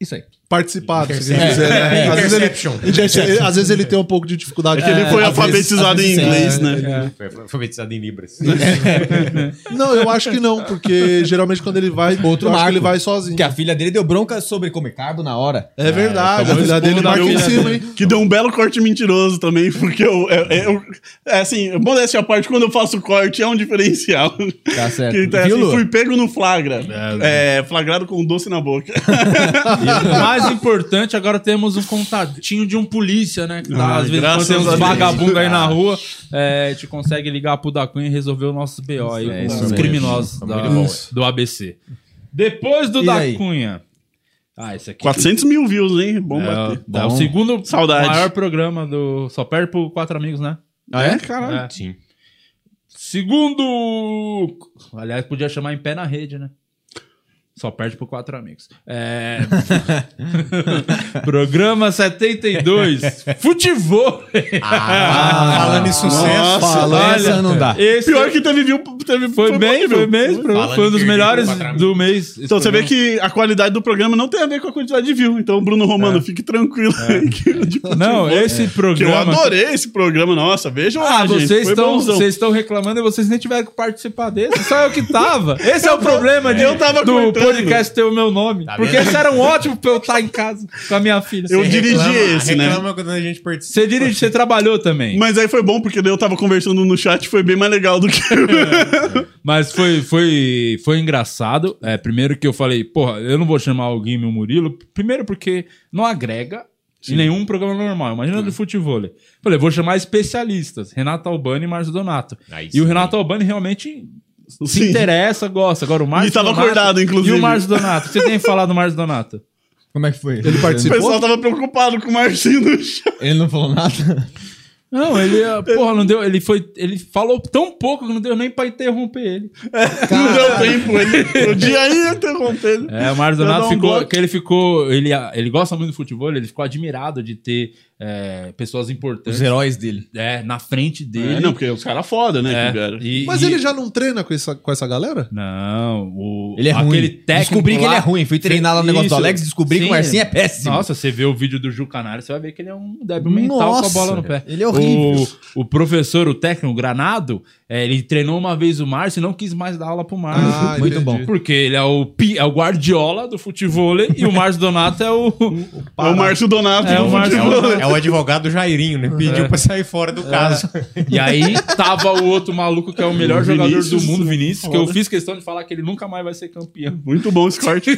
Isso aí. participado, se você Intercept. quiser. né? É, Às vezes ele- interception. ele- Às vezes ele tem um pouco de dificuldade. É que ele foi Às vezes- alfabetizado às em vezes é. inglês, né? Foi alfabetizado em Libras. Não, eu acho que não, porque geralmente quando ele vai, Outro eu acho que ele marco. vai sozinho. Porque a filha dele deu bronca sobre comer carbo na hora. É verdade, a filha dele Deu- marca em cima, hein? Que deu um belo corte mentiroso também, porque eu, eu, eu- é assim, modéstia à parte, quando eu faço corte é um diferencial. Tá certo. Que, tá, Viu, assim, Lu? fui pego no flagra. né? É, flagrado com um doce na boca. (laughs) O mais importante, agora temos um contatinho de um polícia, né? Que tá, Ah, às vezes, graças quando tem a uns Deus. vagabundos aí na rua, é, a gente consegue ligar pro da Cunha e resolver o nosso BO aí, É, com isso os mesmo. criminosos Tá da- muito bom. do ABC. Depois do E da aí? Cunha. Ah, esse aqui. 400 mil views, hein? Bom É, bater. é o Bom. segundo Saudade. maior programa do. Só perde pro Quatro Amigos, né? Ah, é? Caralho. É. Sim. Segundo. Aliás, podia chamar em pé na rede, né? Só perde por quatro amigos. (laughs) É... Programa 72. Futebol. Ah, falando em sucesso. Falando, essa não dá. Esse Pior que teve view. Teve, foi, bem, bom, foi viu? bem. esse programa Falando Foi um dos em perder melhores por quatro amigos. do mês. esse Então você vê programa. que a qualidade do programa não tem a ver com a quantidade de view. Então, Bruno Romano, fique tranquilo. (laughs) que, tipo, É. Não, tipo, esse que eu programa. adorei esse programa, nossa. Vejam Ah, lá, gente, vocês foi estão, bonzão. vocês estão reclamando e vocês nem tiveram que participar desse. Só eu que tava. Esse é o problema de, (laughs) eu tava do comentando. podcast ter o meu nome. porque vendo? esse era um ótimo pra eu estar em casa com a minha filha. Eu Você- dirigi Reclama- esse, né? Reclama quando a gente participa. Você dirige, você trabalhou também. Mas aí foi bom, porque daí eu tava conversando no chat foi bem mais (laughs) legal do que. Mas foi, foi, foi engraçado. É, primeiro que eu falei, porra, eu não vou chamar o Guime e o Murilo. Primeiro porque não agrega em nenhum programa normal. Imagina É. do futebol. Falei, vou chamar especialistas. Renato Albani e Márcio Donato. Aí e o sim. Renato Albani realmente se Sim. interessa, gosta. Agora o Márcio E tava acordado, inclusive. E o Márcio Donato. Você tem falado do Márcio (laughs) Donato? Como é que foi? Ele o participou? pessoal tava preocupado com o Marcinho no chat. Ele não falou nada? Não, ele, É. ah, porra, não deu. Ele foi. Ele falou tão pouco que não deu nem pra interromper ele. Não deu tempo. Ele, o dia ia interromper ele. É, o Mário Pra Donato dar um ficou. bloco. Que ele ficou. Ele, ele gosta muito do futebol, ele ficou admirado de ter é, pessoas importantes Os heróis dele. é, na frente dele. É, não, porque os caras foda, né? É, que vieram. e- Mas e- ele já não treina com essa, com essa galera? Não, o, Ele é aquele ruim. técnico. Descobri que lá- ele é ruim. Fui treinar lá no negócio Isso. do Alex, descobri que Sim. o Marcinho é péssimo. Nossa, você vê o vídeo do Ju Canário, você vai ver que ele é um débil mental com a Nossa, bola no pé. ele é horrível. O, o professor, o técnico, o Granado, é, ele treinou uma vez o Márcio e não quis mais dar aula pro Márcio. Ah, Muito entendi. bom. Porque ele é o, pi- é o guardiola do futebol e o Márcio Donato é (laughs) o, É o Márcio Donato. É, do o Márcio É futebol. o, é o advogado Jairinho, É. né? Pediu pra sair fora do caso. E aí tava o outro maluco que é o melhor O jogador Vinícius, do mundo, Vinícius, que eu foda. fiz questão de falar que ele nunca mais vai ser campeão. Muito bom (laughs) esse corte.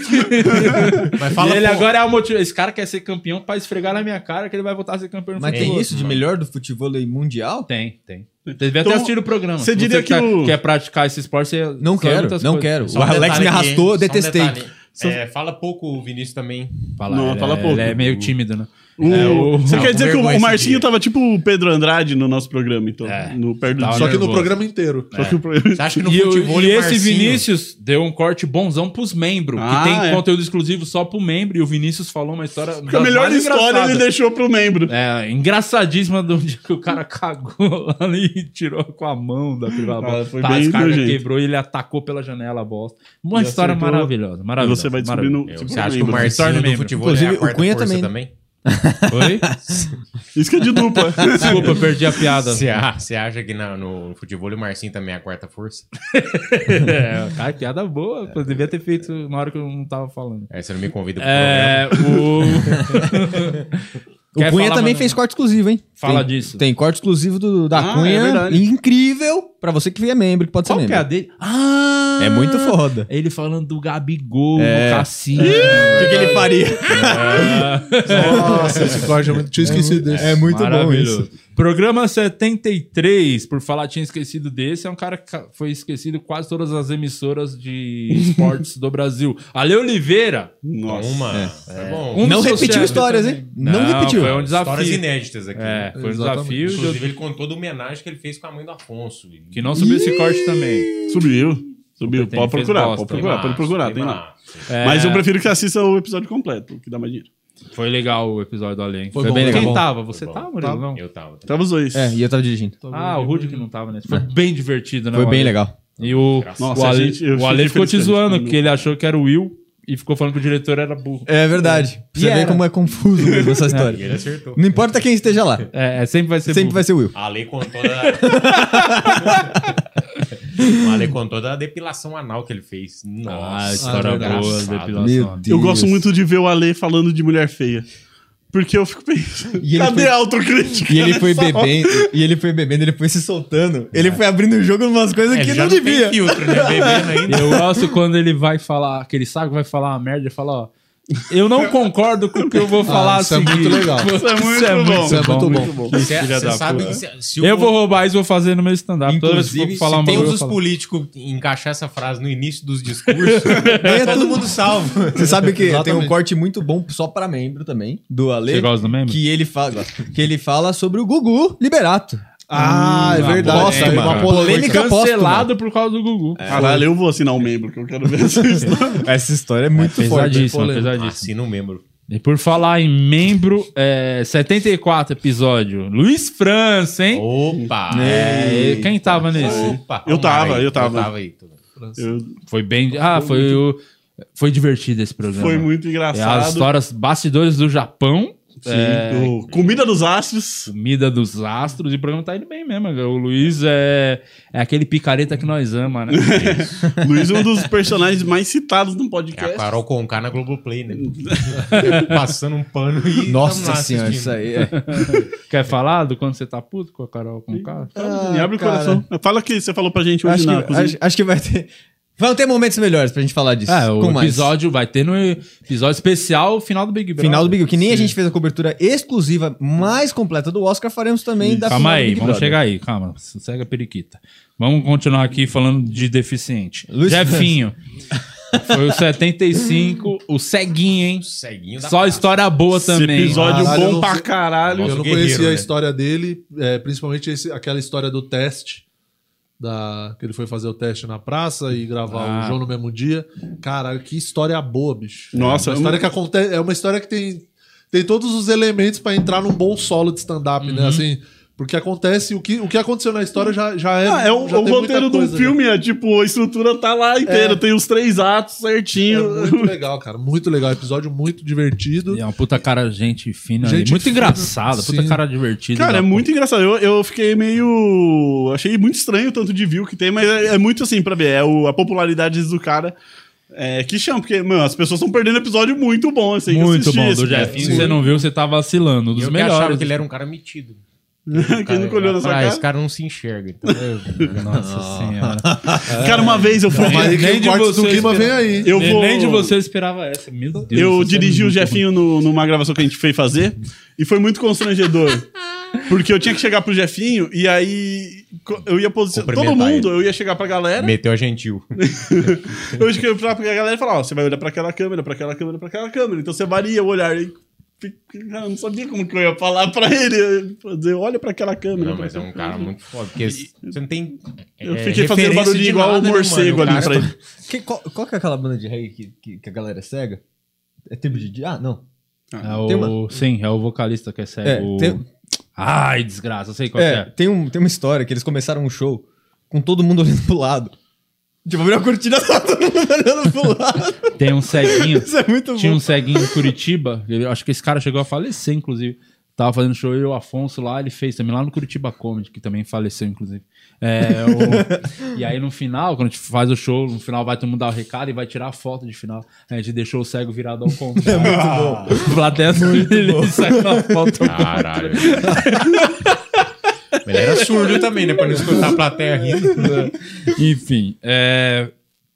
Mas fala, e ele pô, agora é o motivo. Esse cara quer ser campeão pra esfregar na minha cara que ele vai voltar a ser campeão no Mas futebol. tem isso de melhor do futebol mundial? Tem, tem. Você devia Então, ter assistido o programa. você Se diria que quer, o- quer praticar esse esporte, você Não sabe quero, muitas não coisas. quero. só o um Alex detalhe me aqui, arrastou, só eu um detestei. detalhe. É, fala pouco o Vinícius também. Fala, Não, ele fala é, pouco. Ele é meio tímido, né? O- É, o- Você não, quer dizer que o, vergonha o esse Marcinho dia. tava tipo o Pedro Andrade no nosso programa, então. É. No perto do Tava Só que no nervoso. programa inteiro. Só É. que o programa- Você acha que no E, o- futebol e o esse Marcinho- Vinícius deu um corte bonzão pros membros, Ah, que tem é. conteúdo exclusivo só pro membro. E o Vinícius falou uma história. Porque a melhor história ele deixou pro membro. É, engraçadíssima do dia que o cara cagou (laughs) lá ali e tirou com a mão da privada. Ah, foi tá, bem a descarga nojento. quebrou e ele atacou pela janela a bosta. Uma E história acertou. maravilhosa, E maravilhosa. você vai descobrir no. Eu, tipo, Você acha que o membro. Marcinho Torne do membro. futebol é Inclusive, a o quarta Cunha força também. tambtambém? (laughs) Oi? Isso que é de (laughs) dupla. Desculpa, eu perdi a piada. Você a- você acha que na- no futebol o Marcinho também é a quarta força? É, cara, piada boa. pô, devia ter feito na hora que eu não tava falando. Aí É, você não me convida pro programa. É, o... (laughs) O Quer Cunha falar, também mano? fez corte exclusivo, hein? Fala Tem- disso. Tem corte exclusivo do, da Ah, é Cunha. verdade. incrível pra você que é membro, que pode ser Qual que é a membro. dele? Ah! É muito foda. Ele falando do Gabigol no cassino. É, O que, que ele faria? Nossa, esse corte é muito... Tinha esquecido desse. É muito bom Maravilhoso. isso. Programa 73, por falar, tinha esquecido desse. É um cara que ca- foi esquecido em quase todas as emissoras de esportes do Brasil. Ale Oliveira. Nossa. é. Uma. Tá bom. Um Não dos seus repetiu chefes histórias, também. hein? Não repetiu. Foi um Histórias desafio. inéditas aqui. né? É, foi um Exatamente. desafio de- Inclusive, ele contou da homenagem que ele fez com a mãe do Afonso. que não subiu esse corte também. Subiu. Subiu. Tem- Pode fez procurar, bosta, pode procurar, pode procurar, tem lá. É, Mas eu prefiro que assista o episódio completo, que dá mais dinheiro. Foi legal o episódio do Ale. hein? Foi, bom, bem foi legal. Quem bom. tava? Você tava, Murilo? Tava. Não. Eu tava. Tava os dois. É, e eu tava dirigindo. Ah, o Rude que não tava nesse. Foi bem divertido, né? Foi o bem Ale? legal. E o, Graças o a Deus. Ale, Gente, eu o Ale fiquei ficou te feliz, cara. zoando, que ele achou que era o Will. e ficou falando que o diretor era burro. É verdade. Pra Você E vê era. como é confuso mesmo essa E (laughs) história. ele acertou. Não importa quem esteja lá. É, é, sempre vai ser Sempre burro. vai ser o Will. A lei contou (laughs) da. o Ale contou da depilação anal que ele fez. Nossa, Ah, história engraçado. boa, depilação. Meu Eu Deus. gosto muito de ver o Ale falando de mulher feia. Porque eu fico pensando. E ele Cadê foi- a autocrítica? E (laughs) ele foi nessa hora? bebendo, e ele foi bebendo, ele foi se soltando. Ele foi abrindo o jogo em umas coisas É, que já não tem devia. (laughs) filtro, né? Bebendo ainda. Eu gosto quando ele vai falar, que ele sabe que vai falar uma merda e fala, ó. Eu não concordo com o que eu vou falar isso é a seguir. muito legal. Isso é muito bom. Isso é muito bom. Cê- filha cê da sabe puta. que se- se o- Eu vou roubar isso, vou fazer no meu stand-up. Toda vez que eu Inclusive, for falar se uma tem um coisa, eu dos falo. políticos encaixar essa frase no início dos discursos, né? (laughs) Ganha todo tudo. mundo salvo. Você sabe que tem um Exatamente. corte muito bom só pra membro também, do Ale. Você gosta do membro? Que ele fala, que ele fala sobre o Gugu Liberato. Ah, é Uma verdade. Hum, bosta, Tem uma cara. Polêmica Foi cancelado por causa do Gugu. Caralho, eu vou assinar um membro, que eu quero ver essa história. Essa história é muito forte. Pesadíssimo, pesadíssimo. Assina um membro. E por falar em membro, é, 74 episódio. Luiz França, hein? Opa! É, quem tava nesse? Opa! Eu tava, Aí, eu tava. aí, tudo. É Eu- Foi bem. Ah, foi o. Foi divertido esse programa. Foi muito É, as engraçado. histórias bastidores do Japão. Sim, é, do Comida dos Astros. Comida dos astros e o programa tá indo bem mesmo. cara. O Luiz é, é aquele picareta que nós ama, né? Luiz é um dos personagens mais citados no É a podcast. Carol Conká na Globoplay, (laughs) né? Passando um pano e. tamo Nossa lá senhora, assistindo. isso aí é. Quer falar do quando você tá puto com a Carol com cara? Então, Me abre o coração. Fala o que você falou pra gente hoje Acho na que, cozinha. acho- acho que vai ter. Vão ter momentos melhores pra gente falar disso. É, o com mais. episódio vai ter no episódio especial final do Big Brother. Final do Big Brother, que nem a gente fez a cobertura exclusiva mais completa do Oscar, faremos também da Calma final do aí, assim, é Big vamos Brother. chegar aí, calma. Sossega a periquita. Vamos continuar aqui falando de deficiente. Luiz Jefinho. Foi o 75, o ceguinho, hein? Ceguinho da Só praça. história boa Esse também. episódio Caralho, eu bom não pra sei- caralho. Eu não Guerreiro, conhecia a né? história dele, é, principalmente esse- aquela história do teste. Da, que ele foi fazer o teste na praça e gravar Ah. o jogo no mesmo dia. Caralho, que história boa, bicho. Nossa, é uma história eu- que acontece. É uma história que tem, tem todos os elementos pra entrar num bom solo de stand-up, né? Assim, porque acontece. O que, o que aconteceu na história já, já é. Ah, é o, já o tem muita roteiro do coisa, né? filme, é tipo, a estrutura tá lá inteira, tem os três atos já. É certinho. muito legal, cara. Muito legal. Episódio muito divertido. E é uma puta cara de gente fina. Gente Gente muito fina, engraçada, puta sim. cara divertida. Cara, da é muito engraçado. Eu, eu fiquei meio. Achei muito estranho o tanto de view que tem, mas é, é muito assim pra ver. É o- a popularidade do cara. É, que chama, porque, mano, as pessoas estão perdendo episódio muito bom, assim. Muito assistir bom. esse, Do cara. Jefinho, você não viu, você tá vacilando. Um E Dos eu que achava melhores. que ele era um cara metido. (laughs) Quem nunca olhou na sua Ah, cara? Esse cara não se enxerga. Então (laughs) eu... Nossa senhora. é Cara, uma vez eu fui. Mas Nem nem de de do vocês, clima cara. vem aí. Eu vou. Nem de você eu esperava essa. Meu Deus. isso Eu é dirigi o muito Jefinho no- numa gravação que a gente foi fazer e foi muito (laughs) constrangedor. Porque eu tinha que chegar pro Jefinho e aí co- eu ia posicionar. Todo Cumprimentar mundo, eu ia chegar pra galera. Meteu a gentil. Eu acho que eu pra pra galera e falar, ó, você vai olhar pra aquela câmera, pra aquela câmera, pra aquela câmera. Então você varia o olhar. E, cara, eu não sabia como que eu ia falar pra ele. Eu ia Fazer, olha pra aquela câmera. Não, pra mas é aquela um cara muito foda. Porque você não tem. Eu é, fiquei fazendo referência barulhinho de igual nada, o né, morcego mano? O ali cara pra ele. Que- qual, qual que é aquela banda de reggae que, que, que a galera é cega? É tribo de. Di- Ah, não. É Tem o... uma- Sim, é o vocalista que é cego. É, o- tem- Ai, desgraça, eu sei qual é, que é. Tem, um, tem uma história que eles começaram um show com todo mundo olhando pro lado. Tipo, abriu a cortina (laughs) tava todo mundo olhando pro lado. Tem um ceguinho. (laughs) Isso é muito Tinha bom. um ceguinho em Curitiba. Eu acho que esse cara chegou a falecer, inclusive. Tava fazendo show eu e o Afonso lá, ele fez também lá no Curitiba Comedy, que também faleceu, inclusive. É, o- E aí no final, quando a gente faz o show, no final vai todo mundo dar o recado e vai tirar a foto de final. A gente deixou o cego virado ao contrário. muito bom. Plateia ele (laughs) saiu na foto. Caralho. Mas ele era surdo também, né? Pra não escutar a plateia rindo. Enfim, é,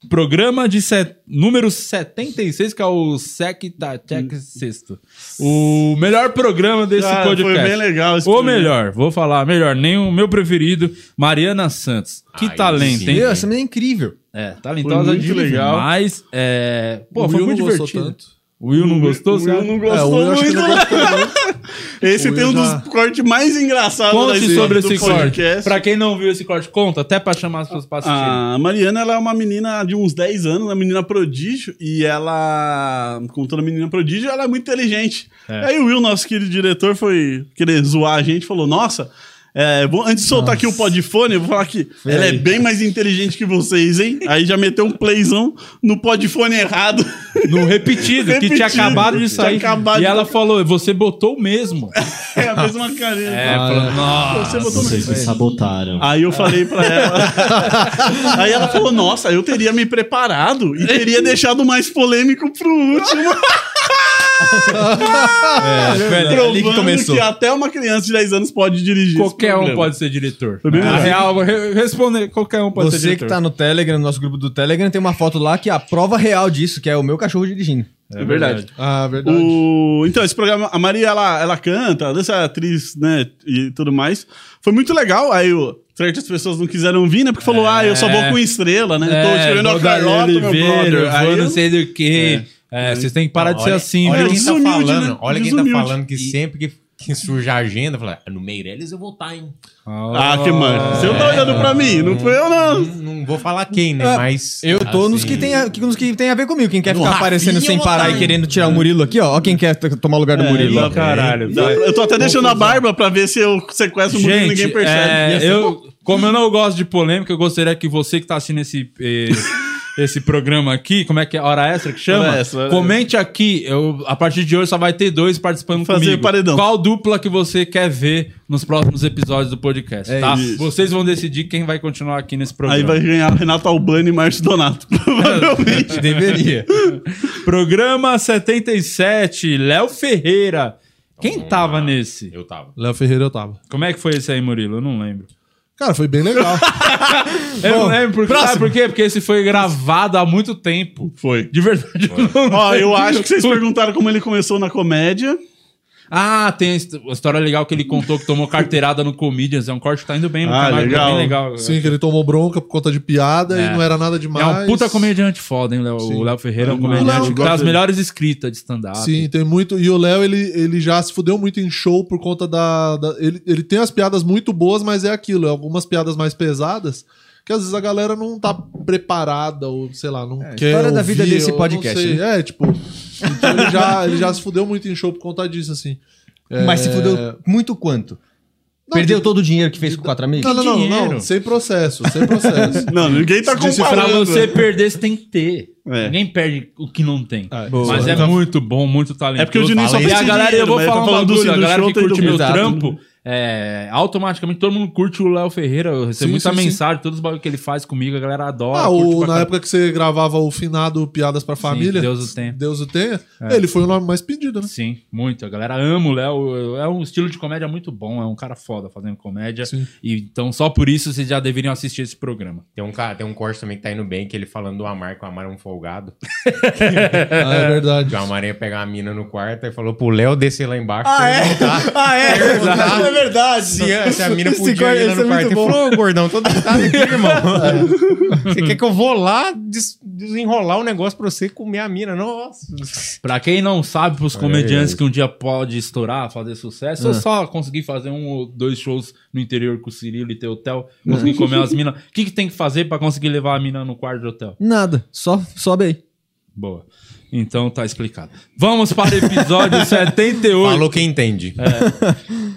programa de set- número 76, que é o Sec da Tech Sexto. O melhor programa desse Ah, foi podcast. bem legal esse Ou programa. tá- melhor, vou falar, melhor, nem o meu preferido, Mariana Santos. Que Aí talento, sim. hein? Meu, essa menina é incrível. É, talentosa Foi muito de legal. legal. Mas, é, pô, O foi Will muito não gostou divertido. tanto. O Will não gostou? O Will sabe? não É, o gostou Will acho que muito. não gostou muito. (laughs) Esse O tem um Will já- dos cortes mais engraçados Conte sobre esse corte. podcast. Pra quem não viu esse corte, conta, até pra chamar as pessoas pra assistir. A Mariana, ela é uma menina de uns 10 anos, uma menina prodígio, e ela, como toda menina prodígio, ela é muito inteligente. Aí o Will, nosso querido diretor, foi querer zoar a gente, falou, nossa... É, vou- antes de soltar aqui o podfone, eu vou falar que ela é bem mais inteligente que vocês, hein? Aí já meteu um playzão no podfone errado. (laughs) (laughs) No repetido, que tinha Repetido, acabado de tinha sair. acabado e de- ela falou, você botou o mesmo. é a mesma carinha. falou, nossa. Você botou no Vocês me sabotaram. Aí eu falei pra ela. aí ela falou: Nossa, eu teria me preparado e teria deixado mais polêmico pro último. Foi ali que provando começou. que até uma criança de 10 anos pode dirigir. esse Qualquer um programa. pode ser diretor. bem Na legal. real, re- responder, qualquer um pode ser Você que diretor. tá no Telegram, no nosso grupo do Telegram, tem uma foto lá que é a prova real disso, que é o meu cachorro dirigindo. É verdade. Ah, verdade. O- Então, esse programa, a Maria, ela, ela canta, ela dança, é atriz, né, e tudo mais. Foi muito legal, aí o- certas pessoas não quiseram vir, né, porque falou, ah, eu só vou com estrela, né, tô É, escrevendo a Carlota, meu brother. Aí eu eu- não sei do que. É, vocês têm que parar de ser Olha- assim, olha viu? quem tá Desumilde, falando, né? olha quem Desumilde. tá falando que sempre que, que surge a agenda, fala, "É, no Meirelles eu vou estar, hein? Ah, que mano, você tá olhando pra mim, não foi eu não. Não vou falar quem, né? Ah, É, Mas. Eu tô assim, nos, que tem a, que- nos que tem a ver comigo. Quem quer No ficar Rafinha aparecendo sem ou parar Otávio? e querendo tirar o Murilo aqui, ó. Ó quem quer t- tomar o lugar do Murilo. um É, caralho. Eu tô até deixando a barba pra ver se eu sequestro o Murilo e Gente, ninguém percebe. é, Ia ser eu, como eu não gosto de polêmica, eu gostaria que você que tá assistindo esse, eh, (laughs) esse programa aqui, como é que é? Hora extra que chama? Hora Extra, hora Comente aqui. eu- a partir de hoje só vai ter dois participando Fazer comigo. paredão. Qual dupla que você quer ver nos próximos episódios do podcast, tá? É isso. Vocês vão decidir quem vai continuar aqui nesse programa. Aí vai ganhar Renato Albani e Márcio Donato, (laughs) (laughs) provavelmente. Deveria. Programa 77, Léo Ferreira. Quem tava nesse? Eu tava. Léo Ferreira eu tava. Como é que foi esse aí, Murilo? Eu não lembro. Cara, foi bem (laughs) legal. Eu não lembro porque. Sabe por quê? Porque esse foi gravado há muito tempo. Foi. De verdade. eu não Ó, eu lembro. acho que vocês perguntaram como ele começou na comédia. Ah, tem a hist- a história legal que ele contou que tomou carteirada no Comedians. É um corte que tá indo bem no Ah, canal. legal. Tá bem legal. Sim, que ele tomou bronca por conta de piada É. e não era nada É demais. um puta comediante foda, hein, Léo? O Léo Ferreira é um O Léo- comediante eu que gosto dá as dele. melhores escritas de stand-up. Sim, tem muito. E o Léo, ele, ele já se fudeu muito em show por conta da. da- ele, ele tem as piadas muito boas, mas é aquilo, é algumas piadas mais pesadas. Que às vezes a galera não tá preparada, ou sei lá, não quer. história da vida ouvir, desse eu não podcast, sei. É, tipo. então ele, já, ele já se fudeu muito em show por conta disso, assim. É, Mas se fudeu muito quanto? Não, Perdeu de- todo o dinheiro que fez com quatro amigos? Tá Não, não, não, não, sem processo, sem (laughs) processo. Não, ninguém tá Se pra comparando. você perder, você tem que ter. É. Ninguém perde o que não tem. boa. Mas é muito bom, muito talentoso. É porque o Diniz só E pensa a em galera, eu dinheiro, vou mas falar tá um falando do bagulho, a Silvio galera que Show, tem curte do meu Exato. trampo, é, automaticamente todo mundo curte o Léo Ferreira. Eu recebo Sim, muita sim, sim. mensagem, todos os bagulhos que ele faz comigo, a galera adora. Ah, curte o, pra na caralho. época que você gravava o finado Piadas pra Família. Deus o tenha. Deus o tenha. Ele foi o nome mais pedido, né? Sim, muito. A galera ama o Léo. É um estilo de comédia muito bom. É um cara foda fazendo comédia. E, então, só por isso vocês já deveriam assistir esse programa. Tem um, cara, tem um corte também que tá indo bem, que ele falando do Amar, que o Amar é um folgado. Ah, é verdade. Que o Amar ia pegar a mina no quarto e falou pro Léo descer lá embaixo. Ah, pra é? ele voltar. (laughs) Ah, é? Perguntar É verdade. Se, a- se a mina Esse podia corte- ir lá esse é no quarto. muito Ele bom. falou, ô gordão, tô deitado aqui, irmão. (laughs) Você quer que eu vou lá des- desenrolar o negócio pra você comer a mina? Nossa. Pra quem não sabe, pros comediantes ai. que um dia pode estourar, fazer sucesso, É. eu só consegui fazer um ou dois shows no interior com o Cirilo e ter hotel, É. consegui comer as minas. O que, que tem que fazer pra conseguir levar a mina no quarto de hotel? Nada. Só sobe aí. Boa. Então tá explicado. Vamos para o (laughs) episódio 78. Falou quem entende.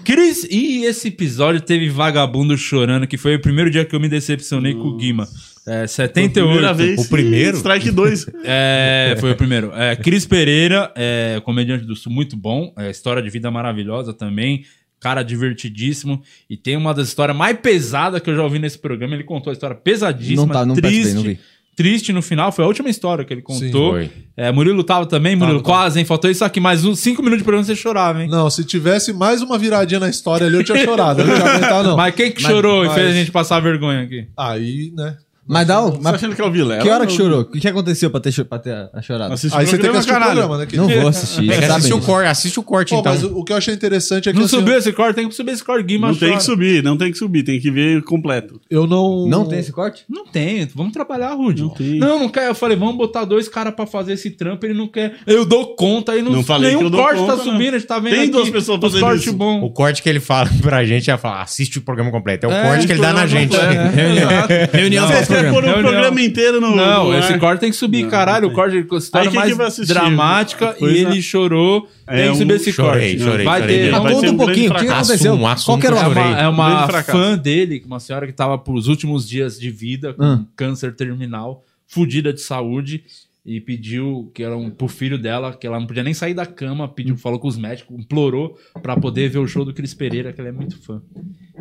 Cris, e esse episódio teve vagabundo chorando, que foi o primeiro dia que eu me decepcionei com o Guima. É, 78. Primeira vez. O primeiro? Strike 2. É, foi o primeiro. É, Cris Pereira, é, comediante do Sul, muito bom. É, história de vida maravilhosa também. Cara divertidíssimo. E tem uma das histórias mais pesadas que eu já ouvi nesse programa. Ele contou a história pesadíssima, Não tá- não triste. participei, não vi. Triste no final, foi a última história que ele contou. foi. É, Murilo tava também, Murilo, quase, hein? Faltou isso aqui, mais uns 5 minutos de programa você chorava, hein? Não, se tivesse mais uma viradinha na história ali, eu tinha chorado. Eu não ia aguentar, (laughs) não. Mas quem que chorou e mas- fez a gente passar vergonha aqui? Aí, né? Mas dá o- Você tá mas achando que é o Vilela? Que hora que chorou? O que aconteceu pra ter, cho- pra ter a- a chorado? Assiste Aí você tem que assistir o caralho. programa, né? Que... é Não vou assistir. Pega, sabe assiste, o disso. corte, assiste o corte, Pô, então. mas o o que eu achei interessante é que Não assim, subiu esse corte, tem que subir esse corte, Guima Não tem chora. que subir, não tem que subir, tem que ver completo. eu não... Não tem esse corte? Não tem, vamos trabalhar, Rude. Não, tem. não, quer. Eu falei, vamos botar dois caras pra fazer esse trampo, ele não quer. Eu dou conta, aí não, Não falei que nenhum eu dou corte conta, tá não. subindo, a gente tá vendo Tem aqui duas pessoas os fazendo corte isso. bom. O corte que ele (laughs) fala pra gente é falar, assiste o programa completo. É o então É, corte que ele dá na gente. É, Reunião. Vocês você programa. pôr o Reunião. programa inteiro no. Não, no ar. esse corte tem que subir, Não, caralho. não o corte de Aí história quem que mais vai assistir? dramática Coisa- e ele chorou. É tem que subir um- esse Chorei, corte. chorei, vai chorei ter mesmo. Vai Conta ser um um grande pouquinho, o que que fracasso. aconteceu? Assumo, assumo Qual que era o que eu É chorei. assunto? uma, é Um uma grande fracasso. fã dele, uma senhora que tava pros últimos dias de vida, com Ah. Hum. câncer terminal, fudida de saúde, e pediu que ela, um, pro filho dela, que ela não podia nem sair da cama, Hum. pediu, falou com os médicos, implorou pra poder ver o show do Cris Pereira, que ela é muito fã.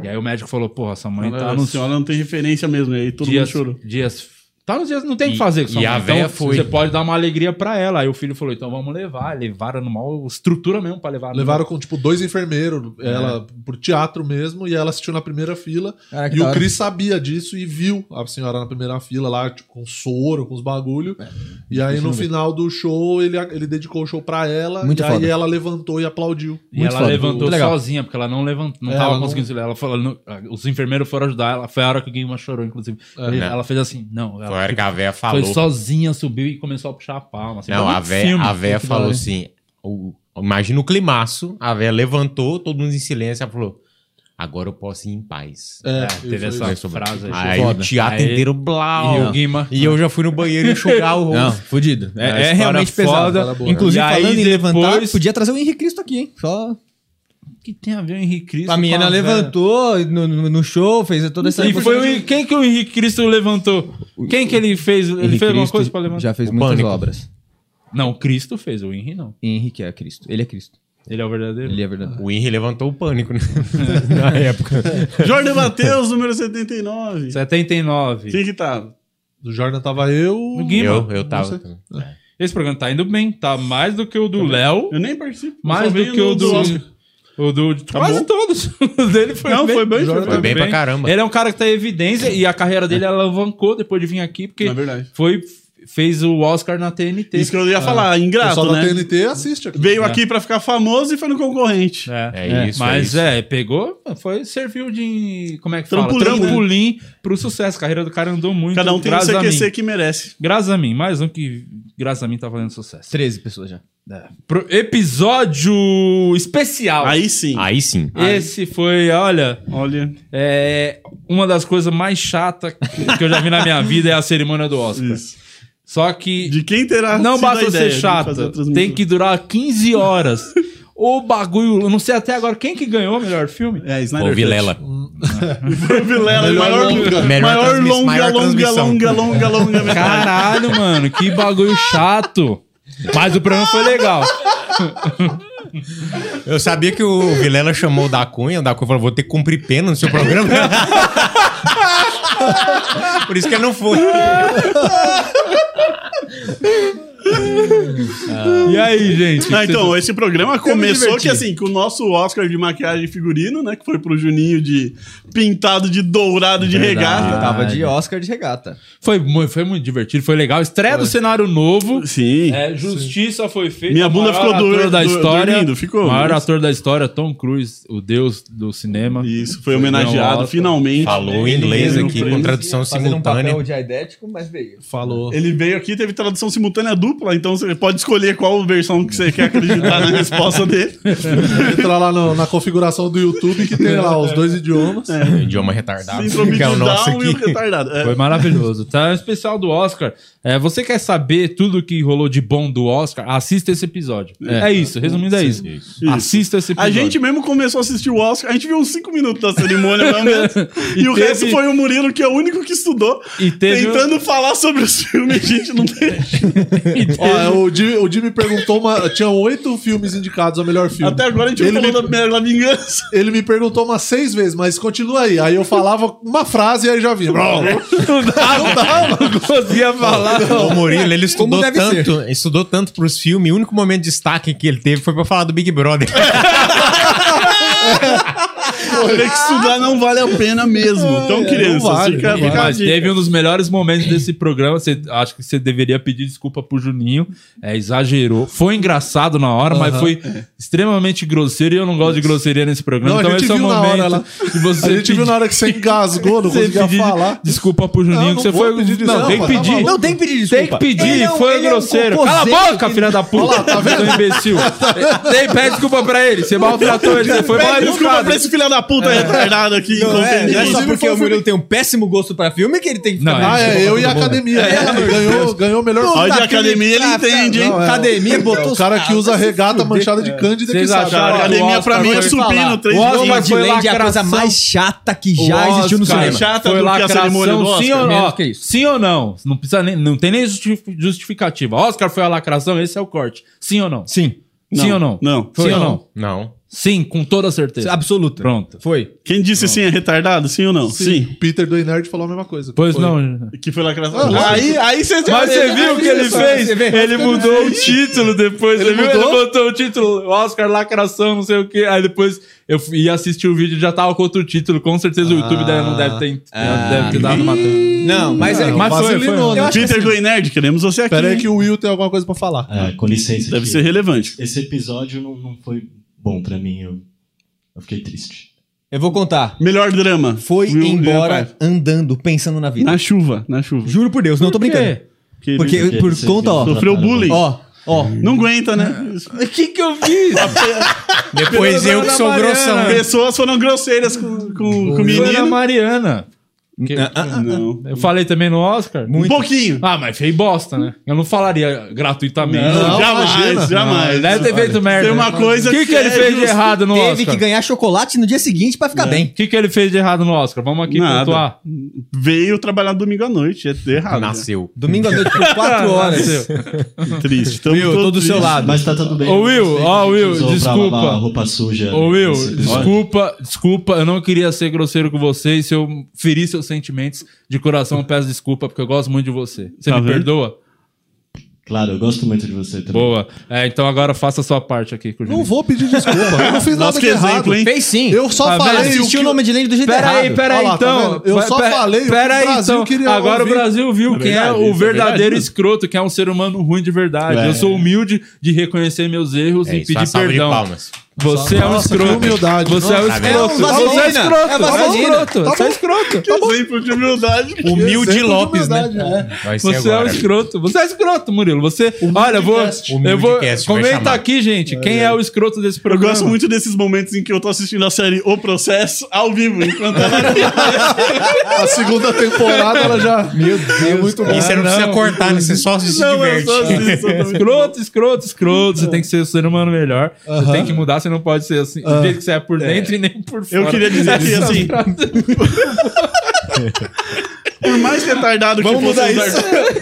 E aí o médico falou, porra, essa mãe Ela, tá a no senhora não tem referência mesmo, e aí todo dias, mundo chorou. dias. Tá nos dias, não tem o que fazer com E- sua e mãe. a Então, véia foi. Você pode dar uma alegria pra ela. Aí o filho falou: então vamos levar. Levaram numa estrutura mesmo pra levar. Levaram com, tipo, dois enfermeiros, É. ela pro teatro mesmo, e ela assistiu na primeira fila. Caraca, É tá que e da o hora. Cris sabia disso e viu a senhora na primeira fila lá, tipo, com soro, com os bagulho. É, e aí, no final do show, ele, ele dedicou o show pra ela. e Muito foda. aí ela levantou e aplaudiu. E Muito ela foda, levantou muito legal. sozinha, porque ela não levantou, não É, tava ela não- conseguindo. se levantar. Ela falou, não- ah, os enfermeiros foram ajudar ela. Foi a hora que o Guima chorou, inclusive. Ele- né? Ela fez assim, não. Foi a Ela hora que a véia foi falou. sozinha, subiu e começou a puxar a palma. assim. Não, Foi a um véia, filme. a véia Que da falou hora. assim. o- imagina o climaço. A véia levantou, todo mundo em silêncio. Ela falou: agora eu posso ir em paz. É, e teve foi essa isso. frase Aí Foda. o teatro Aí- inteiro blá. E o Guima. E eu já fui no banheiro enxugar (laughs) o Não, rosto. fudido. É, É, é história realmente pesado. foda. Inclusive, E aí, falando em levantar, depois- podia trazer o Henrique Cristo aqui, hein? Só... O que tem a ver o Henrique Cristo? A menina com véia? levantou no, no- no show, fez toda essa... é. E foi o Henrique- quem que o Henrique Cristo levantou? Quem que ele fez? Ele Henrique fez alguma Cristo coisa pra levantar? Já fez O muitas Pânico. obras. Não, o Cristo fez, o Henrique não. Henrique é Cristo. Ele é Cristo. Ele é o verdadeiro. Ele é verdade. O Henry levantou o pânico né? (laughs) na época. Jordan Matheus, número 79. é- 79. Quem que tá? Do Jordan tava eu. O Guima. Eu, eu tava. Não Esse programa tá indo bem, tá mais do que o do Léo, Eu nem participo. eu só mais do venho que o no- do. Oscar. Tá O do. Quase bom. todos. (laughs) O dele foi Não, bem. foi bem, Jordan foi Foi bem pra caramba. Ele é um cara que tá em evidência e a carreira dele alavancou depois de vir aqui, porque Na é verdade. foi, fez o Oscar na TNT. Isso que eu ia falar, ingrato, Pessoal da né? TNT assiste aqui. Veio É. aqui pra ficar famoso e foi no concorrente. É isso, é Mas isso. é, pegou, foi, serviu de. Como é que fala? Trampolim, né? Trampolim pro sucesso. A carreira do cara andou muito. Cada um tem o graças a CQC mim. que merece. Graças a mim, mais um que graças a mim tá fazendo sucesso. 13 pessoas já. Pro- episódio especial. Aí sim. Aí sim. Esse foi, olha, Olha. é, uma das coisas mais chatas que eu já vi na minha vida é a cerimônia do Oscar. Isso. Só que De quem terá não sido a basta ser ideia de fazer a chata, transmissão? tem que durar 15 horas. o bagulho, eu não sei até agora quem que ganhou o melhor filme. É, Snyder Ô, Vilela. Cut. Vilela, Melhor maior, longa. Melhor maior transmiss- longa, maior longa, transmissão. longa, longa, longa, verdade. Caralho, mano, que bagulho chato. Mas o programa foi legal. Eu sabia que o Vilela chamou o da Cunha, o da Cunha falou: vou ter que cumprir pena no seu programa. (laughs) Por isso que ele não foi. E aí, gente? Ah, então, esse programa começou divertir. que assim, com o nosso Oscar de maquiagem e figurino, né? Que foi pro Juninho de pintado de dourado de Eu regata. tava de Oscar de regata. Foi, mu- foi muito divertido, foi legal. Estreia do cenário novo. Sim. É, justiça foi feita. Minha bunda Maior ficou ator doer- da do- história. dormindo, ficou. né? Maior Isso. ator da história, Tom Cruise, o deus do cinema. Isso, foi homenageado Oscar. finalmente. Falou em inglês Ele veio aqui com no prêmio. tradução um simultânea. de aidético, mas veio. Falou. Ele veio aqui, teve tradução simultânea dupla, então você pode escolher qual versão que você quer acreditar na resposta dele. Entra lá no- na configuração do YouTube que tem lá os dois idiomas. É. Idioma retardado, Síndrome que é o de nosso Down e o aqui. retardado. É. Foi maravilhoso. Tá? É um especial do Oscar. É, você quer saber tudo que rolou de bom do Oscar? Assista esse episódio. É, isso, resumindo, é isso. Assista esse A um episódio. gente mesmo começou a assistir o Oscar, a gente viu uns 5 minutos da cerimônia, mais ou menos. e E o teve- resto foi o Murilo, que é o único que estudou, E teve- um tentando falar sobre os filmes, a gente não deixa. Ó, é, o, Jimmy, o Jimmy perguntou uma. Tinham oito filmes indicados ao melhor filme. Até agora a gente Ele falou me- da primeira da (laughs) vingança. Ele me perguntou umas seis vezes, mas continua aí. Aí eu falava uma frase e aí já vinha. não dava, não (laughs) conseguia falar. (laughs) O Murilo, ele estudou deve ser. tanto, estudou tanto pros filmes, o único momento de destaque que ele teve foi pra falar do Big Brother. Ver que estudar não vale a pena mesmo. Então, crianças, vale, fica, não fica a Mas dica. teve um dos melhores momentos desse programa. Você, acho que você deveria pedir desculpa pro Juninho. É, exagerou. Foi engraçado na hora, mas foi extremamente grosseiro. E eu não gosto de grosseria nesse programa. Não, a então gente esse é o viu na hora momento. lá. que você A gente viu na hora que você engasgou, não você conseguia pedir falar. Desculpa pro Juninho, Não, que não você vou foi. pedir não, desculpa, tem que tá pedir. maluco. Não, tem que pedir Tem que desculpa. pedir, Ele é um- foi ele é um grosseiro. Cala a cocôzeiro boca, que- tá (laughs) filha da puta, seu imbecil. Tem, pede desculpa pra ele. Você maltratou ele, você foi é Desculpa educado. pra esse filho da puta retardado aqui, Não é, não é inconveniente. só porque foi o Murilo tem um péssimo gosto pra filme que ele tem que Não, ficar... Ah, Desculpa, é, eu e a todo mundo. academia. né? ganhou, ganhou o melhor. Olha, de Daquele- academia ele Ah, entende, hein? Não, é, Academia botou o cara que usa regata manchada É. de cândida que Vocês sabe. acharam- Olha, Cara, o academia Oscar pra mim é foi supino, falar. três O Oscar dias. Mas foi Disneyland é a coisa lacração. mais chata que já existiu no Oscar, cinema. Chata foi do que a lacração, cerimônia do sim Oscar, ou menos não? que isso. Sim ou não? Não precisa nem, não tem nem justi- justificativa. Oscar foi a lacração, esse é o corte. Sim ou não? Sim, Sim ou não? Não. Sim Foi. ou não? Não. Sim, com toda certeza. absoluta. Pronto. Foi. Quem disse sim é retardado? Sim ou não? Sim. O Peter do Inerd falou a mesma coisa. Pois Foi. não. Que foi lacração. Ah, aí, aí você Mas você viu o que ele Isso, fez? você vê. Ele mudou o título depois. Ele, viu? ele botou o título Oscar Lacração, não sei o quê. Aí depois eu fui- ia assistir o vídeo e já tava com outro título. Com certeza o YouTube deve- não deve ter, Ah. deve ter dado uma. Não, mas é... Não, mas foi, facilitou, foi. um- né? Eu acho que Peter assim- do Nerd, queremos você aqui. Pera aí hein? que o Will tem alguma coisa pra falar. Ah, com licença. Deve aqui. ser relevante. Esse episódio não, não foi bom pra mim. Eu, eu fiquei triste. Eu vou contar. Melhor drama. Foi Will embora Graham. andando, pensando na vida. Na chuva, na chuva. Juro por Deus, não tô É, brincando. Que Porque ele eu- por Você conta, ó. Sofreu bullying. Ó, ó. Não aguenta, né? O que que eu vi? Depois eu que sou grossão. Pessoas foram grosseiras com, com, com o É. Foi na menino. Mariana. Não. Eu falei também no Oscar. Um pouquinho. Ah, mas fez bosta, né? Eu não falaria gratuitamente. Não, jamais, imagina. jamais. Ele deve ter feito merda. Tem uma coisa O que, que que ele é fez de justo. errado no Teve Oscar? que O que, ganhar chocolate no dia seguinte pra ficar bem. que, ele fez de errado no Oscar? Vamos aqui Nada. pontuar. Veio trabalhar domingo à noite. É errado. né? Nasceu. Domingo à noite (laughs) por Ah, 4 horas. Triste. Tamo Viu? todo Tô do seu triste. lado. Mas tá tudo bem. Ô, Will, Você ó, Will, usou pra desculpa. lavar a roupa suja. Ô Will, nesse episódio. desculpa, desculpa, eu não queria ser grosseiro com você e se eu ferir seus sentimentos, de coração eu peço desculpa, porque eu gosto muito de você. Você Tá me vendo? perdoa? Claro, eu gosto muito de você também. Boa. É, então agora faça a sua parte aqui com o Não Juninho. vou pedir desculpa. Eu não fiz nada Nossa, que de errado. exemplo, hein? Fez sim. Eu só Tá vendo? falei Ah, o que... assisti o nome de lente do jeito errado. Peraí, peraí, Olha lá, tá então. vendo? Eu só pe- falei o que o peraí, Brasil então. queria Agora ouvir. o Brasil viu quem é verdade, o isso é verdadeiro verdade. escroto, que é um ser humano ruim de verdade. É. Eu sou humilde de reconhecer meus erros É e isso, pedir uma salva de perdão. palmas. Você é um Nossa, que escroto. humildade. Você é um Nossa, escroto. tá vendo? Você é É Tá um escroto. uma Você é um vagina. escroto. Você é um escroto. Tá Que exemplo de humildade. que Humilde Exemplo de Lopes, né? humildade, né? Vai ser Você é um agora. escroto. Você é escroto, Murilo. Você. Olha, eu vou. cast. Eu vou Humildecast, vai comenta chamar. aqui, gente. Quem é o escroto desse Eu programa? gosto muito desses momentos em que eu tô assistindo a série O Processo ao vivo, enquanto ela Ah, A segunda temporada ela já. Meu Deus. É muito bom. E você não precisa cortar, né? Você só se não, eu só diverte. assisto. é. eu tô muito- Escroto, escroto, escroto. Você tem que ser o ser humano melhor. Você tem que mudar, você não pode ser assim. Ah. Do jeito que você é por dentro e nem por fora. Eu (laughs) queria dizer que, Essa (laughs) assim, frase- por mais retardado que fosse os ar-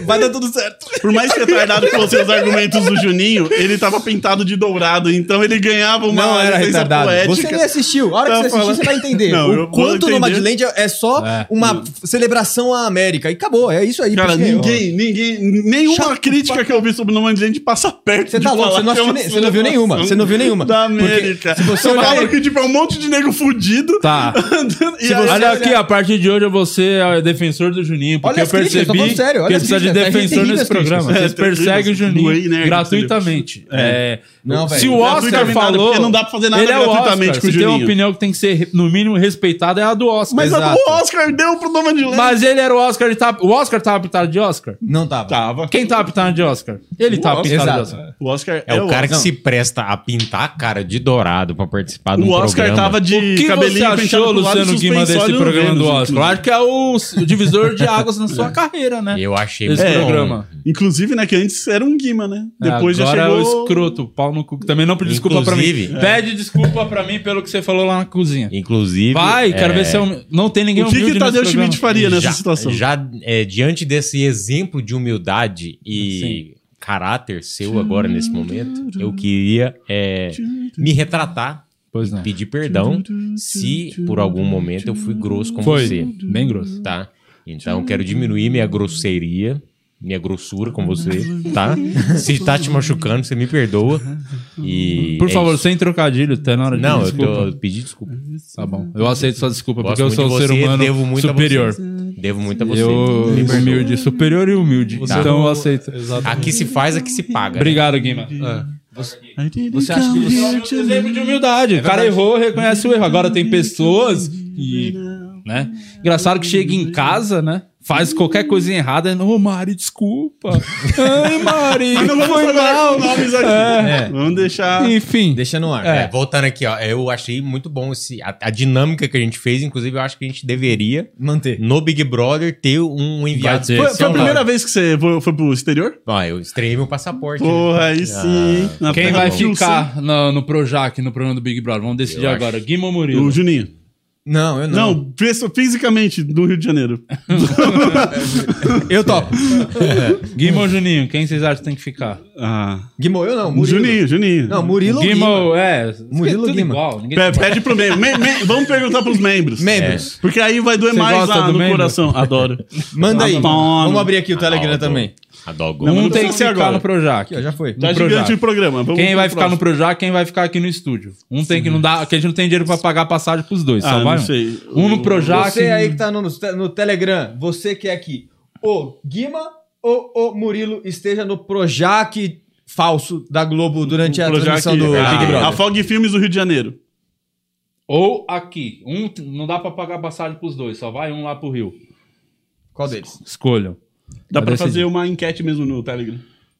Vai dar tudo certo. por mais retardado que fossem os argumentos do Juninho, ele tava pintado de dourado, então ele ganhava uma Não era licença retardado. poética. É, Você nem assistiu. A hora Tá que você assistir, falando- você vai entender. Não, eu o vou quanto entender. Nomadland é é só uma f- celebração à América. E acabou, é isso aí. Cara, Porque, ninguém, ninguém, nenhuma Chato crítica que eu vi sobre o Nomad Land passa ó, perto Você tá de louco, falar você não, que é assistiu uma nem- você não viu nenhuma. Você não viu nenhuma. Da Porque América. Se você Você fala olhar... que tipo, é um monte de nego fudido. (laughs) Tá. andando- e aí- Olha aqui, a partir de hoje eu vou ser é, defensor do Juninho, porque Olha eu as críticas, percebi tô falando sério, olha que as precisa de críticas, tá? defensor Terríveis nesse programa. críticas. Vocês É, terríveis. perseguem o Do né, Ei Juninho Nerd, gratuitamente. É. Não, Se velho. tá o Oscar Gratuitamente nada, falou, porque não dá pra fazer nada ele é o gratuitamente Oscar. com o Se tem uma Juninho. opinião que tem que ser, no mínimo, respeitada, é a do Oscar. Mas a Exato. do Oscar né? deu pro Nomad Land. Mas ele era o Oscar, ele tá, o Oscar tava pintado de Oscar? Não tá tava. Tava. Quem tava pintado de Oscar? Ele tá, O tava Oscar. pintado de Exato. Oscar. O Oscar É o cara que Não. se presta a pintar a cara de dourado pra participar do O um Oscar programa. tava de O que você cabelinho penteado achou, pro lado, Luciano Guima, desse suspensório assim, no programa do Vênus, Oscar? Eu inclusive. acho que é o s- divisor de águas na sua carreira, né? Eu achei Esse muito bom. programa. Inclusive, né, que antes era um Guima, né? É, Depois já agora chegou... é o escroto, pau no cu. que Também não pediu desculpa pra mim. Inclusive, é. Pede desculpa pra mim pelo que você falou lá na cozinha. Inclusive. Vai, quero é, ver se é um... Não tem ninguém O que tá que humilde o nesse Tadeu programa. Schmidt faria nessa já, situação? Já é, diante desse exemplo de humildade e caráter seu agora nesse momento, eu queria é, me retratar, Pois não. pedir perdão se por algum momento eu fui grosso com Foi, você. bem grosso. Tá? Então quero diminuir minha grosseria. Minha grossura com você, tá? Se tá te machucando, você me perdoa. E Por é favor, isso. sem trocadilho, tá na hora de Não, pedir eu, desculpa. tô, eu pedi desculpa. Tá bom. Eu aceito sua desculpa, Gosto porque eu muito sou um de ser você, humano devo muito a superior. você. é um Devo muito a você. Eu, Me perdoa. humilde, superior e humilde. Então eu aceito. Aqui se faz, aqui se paga. né? Obrigado, Guima. Você acha que você... Exemplo de humildade. O É cara errou, reconhece o erro. Agora tem pessoas que. Né? Engraçado que chega em casa, né? Faz qualquer coisinha errada, é, ô Mari, (laughs) desculpa. Ai, Mari, Mas não vamos foi trabalhar mal. com nomes aqui. É. Vamos deixar. Enfim. Deixa no ar. É, voltando aqui, ó, eu achei muito bom esse, a, a dinâmica que a gente fez. Inclusive, eu acho que a gente deveria, Manter. no Big Brother, ter um Vai enviado. ter. Foi, foi a São é primeira vez que você foi, foi pro exterior? Ah, eu estreiei meu passaporte. né? Porra, aí sim. hein? Na Ah. Quem terra vai do Wilson. ficar no, no Projac, no programa do Big Brother? Vamos decidir Eu agora. Guima ou Murilo? O Juninho. Não, eu não. Não, fis- fisicamente, do Rio (laughs) de Janeiro. Eu topo. Guima ou Juninho? Quem vocês acham que tem que ficar? Ah. Guimo, eu não. Murilo. Juninho, Juninho. Não, Murilo ou Guima Guima. ou... É, Murilo é tudo Guima. igual. Ninguém... Pe- Pede pro membro. Me- me- vamos perguntar pros membros. É. Membros, Porque aí vai doer Você mais gosta lá do no membro? (laughs) coração. Adoro. manda aí. Adoro. Vamos abrir aqui o Telegram Adoro. também. Adogo. Não, mas um não tem precisa que ser ficar agora. no Projac. Aqui, ó, já foi. Tá No Projac. gigante o programa. Vamos Quem vai pro ficar no próximo. Projac, quem vai ficar aqui no estúdio. Um tem que não dá, que a gente não tem dinheiro pra pagar a passagem pros dois, Ah, só vai não um. sei. Um no Projac. Você aí que tá no, no Telegram, você que é aqui, o Guima ou o Murilo esteja no Projac falso da Globo é durante a Projac- transmissão do Ah, Big A Brother. Fog Filmes do Rio de Janeiro. Ou aqui. Um t- não dá pra pagar a passagem pros dois, só vai um lá pro Rio. Qual deles? Escolham. Dá Eu pra decidi. fazer uma enquete mesmo no Telegram.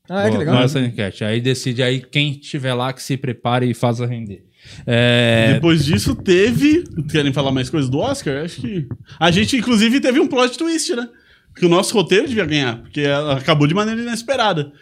Ah, é que Boa, legal. vai né? essa enquete. Aí decide aí quem tiver lá que se prepare e faça render. É, Depois disso, teve. Querem falar mais coisas do Oscar? Acho que. A gente, inclusive, teve um plot twist, né? Que o nosso roteiro devia ganhar, porque ela acabou de maneira inesperada.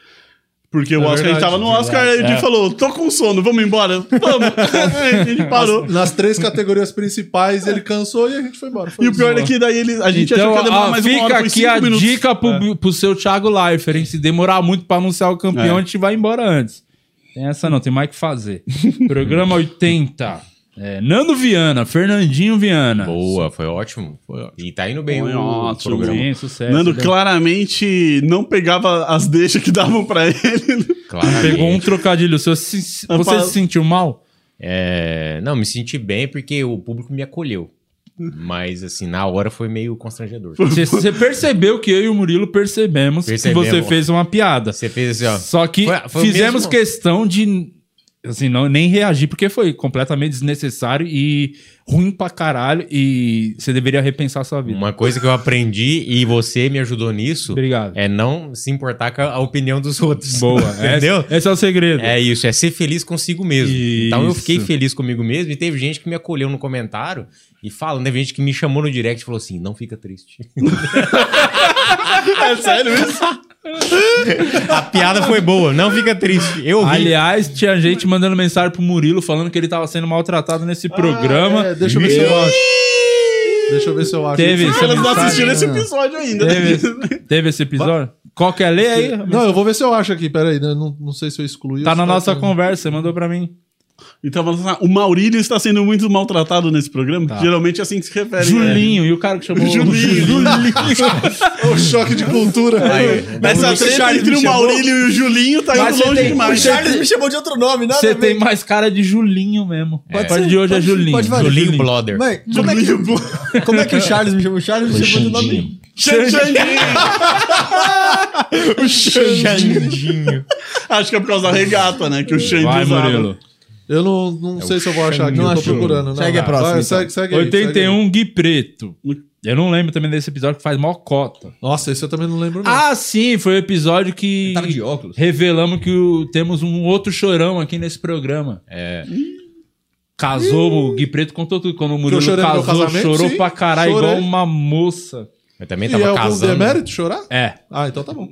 Porque o É Oscar, a gente verdade, tava no Oscar, verdade, aí o Di é. falou: tô com sono, vamos embora. (laughs) Vamos. Aí a gente parou. Nas três categorias principais, ele cansou e a gente foi embora. Foi E o isso. pior é que daí ele, a gente então, achou que ia demorar ó, mais uma hora, fica foi aqui cinco a minutos. dica pro, pro seu Thiago Leifert, hein? Se demorar muito pra anunciar o campeão, É. a gente vai embora antes. Tem essa não, tem mais o que fazer. Programa 80. É, Nando Viana, Fernandinho Viana. Boa, foi ótimo. Foi ótimo. E tá indo bem Foi o ótimo. programa. Sim, sucesso. é Nando Deu- claramente não pegava as deixas que davam pra ele. (laughs) Claramente. Pegou um trocadilho seu. Se- se- Eu Você falo- se sentiu mal? É, não, me senti bem porque o público me acolheu. Mas, assim, na hora foi meio constrangedor. Você, você percebeu que eu e o Murilo percebemos, Percebemos. que você fez uma piada. Você fez assim, ó. Só que Foi- foi o fizemos mesmo- questão de assim, não, nem reagir, porque foi completamente desnecessário e ruim pra caralho. E você deveria repensar a sua vida. Uma coisa que eu aprendi e você me ajudou nisso Obrigado. é não se importar com a opinião dos outros. (laughs) Boa. Entendeu? (laughs) Esse, esse é o segredo. É isso, é ser feliz consigo mesmo. Isso. Então eu fiquei feliz comigo mesmo e teve gente que me acolheu no comentário e falando, teve gente que me chamou no direct e falou assim: não fica triste. É sério isso? a piada foi boa, não fica triste. Eu vi. Aliás, tinha gente mandando mensagem pro Murilo falando que ele tava sendo maltratado nesse programa. É, deixa eu ver se eu acho. Deixa eu ver se eu acho. Teve essa Elas não mensagem. assistiram esse episódio ainda. Teve, teve esse episódio? Qual que é? Lê aí. Não, eu vou ver se eu acho aqui. Peraí, né? não, não sei se eu excluí. Tá ou se na nossa com- conversa, você mandou pra mim. Então, vamos lá. o Maurílio está sendo muito maltratado nesse programa. Geralmente é assim que se refere. Tá. Julinho, e o cara que chamou o Julinho. O choque de cultura. um Nessa Você, treta Charles, entre me o chamou? Maurílio e o Julinho tá indo Mas você longe tem- demais. o Charles me chamou de outro nome, nada a Você ver. tem mais cara de Julinho mesmo. A partir de hoje é pode- Julinho. pode valer. Julinho um Blodder. Mãe, como é, que, Julinho, pô. como é que o Charles me chamou? O Charles Foi me chamou de nome. Xandinho. Xan- Xandinho. Xandinho. (laughs) Acho que é por causa da regata, né? Que o Xandinho Vai, usava. Murilo. Eu não, não sei se eu vou achar aqui. Não eu tô achou. procurando. Não. um. Segue a Vai, próxima, então. segue, segue aí, segue aí. 81 Gui Preto. Eu não lembro também desse episódio que faz mó cota. Nossa, esse eu também não lembro, não. Ah, sim, foi o episódio que Tava de óculos. revelamos que o- temos um outro chorão aqui nesse programa. É. Casou, o Gui Preto contou tudo. Quando o Murilo chorei no meu casou, casamento, chorou sim. pra caralho, igual Chorei. uma moça. Eu também e tava é algum casando. demérito chorar? É. Ah, então tá bom.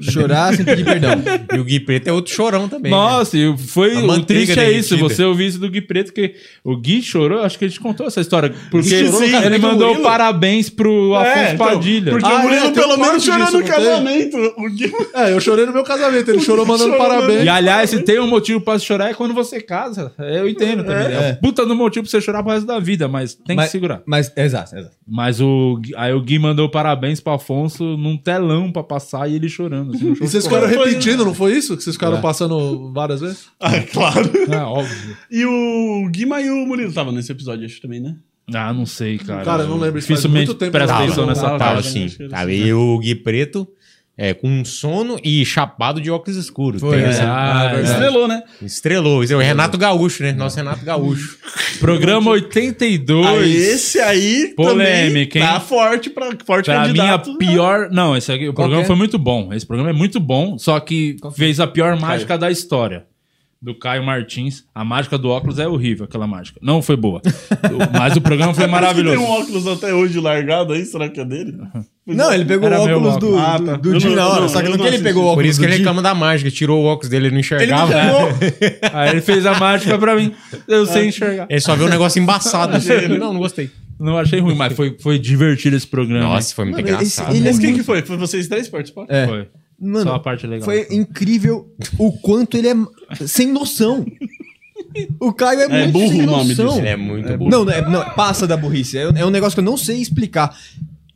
Chorar sem pedir perdão. E o Gui Preto é outro chorão também. né? Nossa, e foi A o manteiga triste é derretida. isso. Você ouviu isso do Gui Preto, que o Gui chorou, acho que a gente contou essa história. Porque Sim, sim. é ele um mandou Murilo. parabéns pro Afonso É, então, Padilha. Porque Ah, o é, Murilo tem pelo um menos corte chorou disso, no não tem? casamento. O Gui- (laughs) É, eu chorei no meu casamento. Ele chorou mandando Chorou parabéns. E aliás, se tem um motivo pra chorar é quando você casa. Eu entendo também. É, um puta do motivo pra você chorar pro resto da vida, mas tem Mas- que segurar. Mas, exato, exato. Mas o Gui- aí o Gui mandou parabéns pro Afonso num telão pra passar e ele chorando. (laughs) Assim, no E show vocês ficou- ficaram Foi- repetindo, não foi isso? Que vocês É. ficaram passando várias vezes? Ah, claro. Ah, óbvio. E o Guima e o Murilo estavam nesse episódio, acho também, né? Ah, não sei, cara. Cara, eu não lembro, isso faz Dificilmente muito tempo presta que eu não assim, atenção assim. nessa lembro. Tava, Tava parte. assim. Cheiro Tava. E o Gui Preto é, com sono e chapado de óculos escuros. Foi, Tem é. essa- Ah, é verdade. Estrelou, né? Estrelou. Esse é o Renato Gaúcho, né? Nosso Renato (laughs) Gaúcho. Programa Ah, 82. esse aí Polêmica, também tá hein? forte, pra, forte Pra mim, a é candidato. né? pior. Não, esse aqui, o programa que é? foi muito bom. Esse programa é muito bom, só que fez a pior mágica da história. Do Caio Martins. A mágica do óculos é horrível, aquela mágica. Não foi boa. O- Mas o programa foi maravilhoso. Uhum. Tem um óculos até hoje largado aí, será que é dele? Não, ele pegou Era o meu óculos óculos. do, Ah, do- tá. do Eu Di não- na hora. não, Só que eu não não que ele assisti. pegou o Por óculos isso que do ele Di. reclama da mágica. Tirou o óculos dele, ele não Ah, enxergava. é. Aí ele fez a mágica pra mim. Eu sem enxergar. Ele só vê um negócio embaçado. (laughs) assim. Ele, não, não gostei. Não achei ruim, mas foi, foi divertido esse programa. Nossa, foi muito Mano, esse- engraçado. ele Mas é quem muito- que foi? Foi vocês três que participaram? É. Foi. Mano, Só a parte legal. Foi incrível o quanto ele é sem noção. O Caio é, muito burro sem o nome noção. disso. Ele é muito burro. Não, não, é- não, passa da burrice. É, um- é um negócio que eu não sei explicar.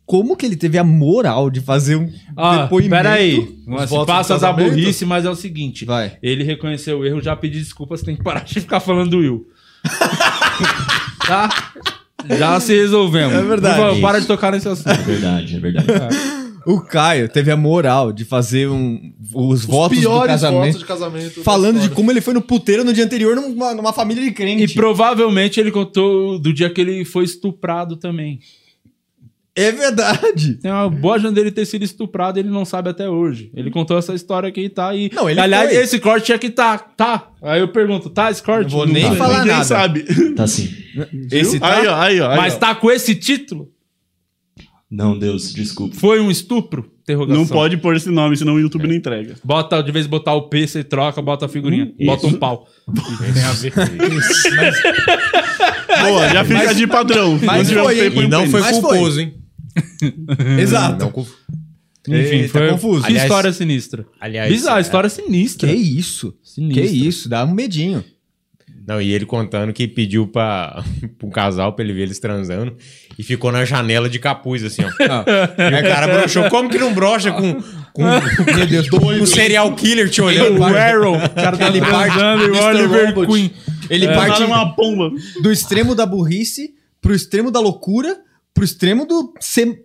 Como que ele teve a moral de fazer um Ah, depoimento? peraí. os Nossa, votos do passa da casamento? burrice, mas é o seguinte. Vai. Ele reconheceu o erro, já pediu desculpas, tem que parar de ficar falando do (laughs) Will. tá? Já se resolvemos. É verdade. Por favor, para de tocar nesse assunto. (laughs) É verdade, é verdade. O Caio teve a moral de fazer um, os, votos do Piores casamento. fotos de casamento. da Falando de história. como ele foi no puteiro no dia anterior numa, numa família de crente. E provavelmente ele contou do dia que ele foi estuprado também. É verdade. Tem uma boa chance dele ter sido estuprado, ele não sabe até hoje. Ele contou essa história que tá aí. Não, ele Aliás, foi. esse corte tinha que tá, tá. Aí eu pergunto, tá esse corte? Não vou nem tá. falar Ninguém nada. sabe. Tá sim. Esse tá- Aí, ó, aí, ó. aí, Mas ó. tá com esse título? Não, Deus, desculpa. Foi um estupro? Interrogação. Não pode pôr esse nome, senão o É. YouTube não entrega. Bota, de vez em botar o P, você troca, bota a figurinha. Bota um pau. Tem a ver com isso. Boa, já fica de padrão. Não mas tiver foi, um hein? tempo, E um não pênis. foi Mas foi. culposo, hein? Exato. Não culposo. Enfim, Eita, foi confuso. Que Aliás- história sinistra. Aliás, Bizarro, é- história sinistra. Que isso? Sinistro. Que isso? Dá um medinho. Não, e ele contando que pediu pra, (laughs) pra um casal pra ele ver eles transando e ficou na janela de capuz, assim, ó. Ah. E o cara broxou. Como que não brocha com, com, Ah. Meu Deus, com um serial killer te olhando? O Arrow, o cara tá Ele parte- transando e o Mr. Oliver Robot. Queen. Ele É. Tá parte numa pomba. do extremo da burrice pro extremo da loucura, pro extremo do ser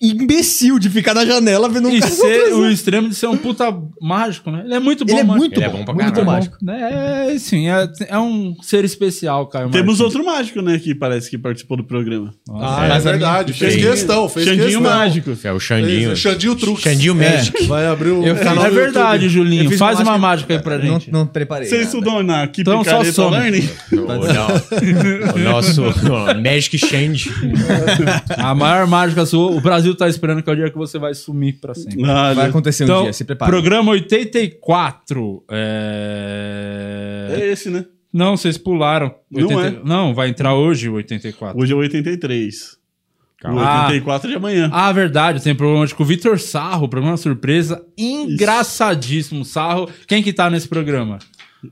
imbecil de ficar na janela vendo um E casal ser transando. o extremo de ser um puta mágico, né? Ele é muito bom, Ele é mágico. muito Ele é bom, bom pra muito bom caralho. mágico. É, sim, é, é um ser especial, Caio Temos Martins. outro mágico, né, que parece que participou do programa. Nossa, Ah, é. É mas a verdade, fez Xandinho- questão, fez Xandinho questão. né? Mágico. É o Fez- Xandinho. Xandinho Trux. Xandinho Magic. Vai abrir o. canal Eu falo- do É YouTube. verdade, Eu Julinho. fiz Faz uma mágica- mágica aí pra gente. Não, não preparei. né? Você nada. estudou na Keep Então só Careta some. Learning? O, não, o nosso ó, Magic Change. A maior mágica sua, o Brasil tá esperando que é o dia que você vai sumir pra sempre. Vai Olha, acontecer um Então, dia, se prepare. programa 84. É... é esse, né? Não, vocês pularam. Não é. não, vai entrar hoje o 84. Hoje é 83. Calma. O 84 de é. amanhã. Ah, verdade, tem problema hoje com o Vitor Sarro, programa surpresa, engraçadíssimo. Sarro, quem que tá nesse (laughs) programa?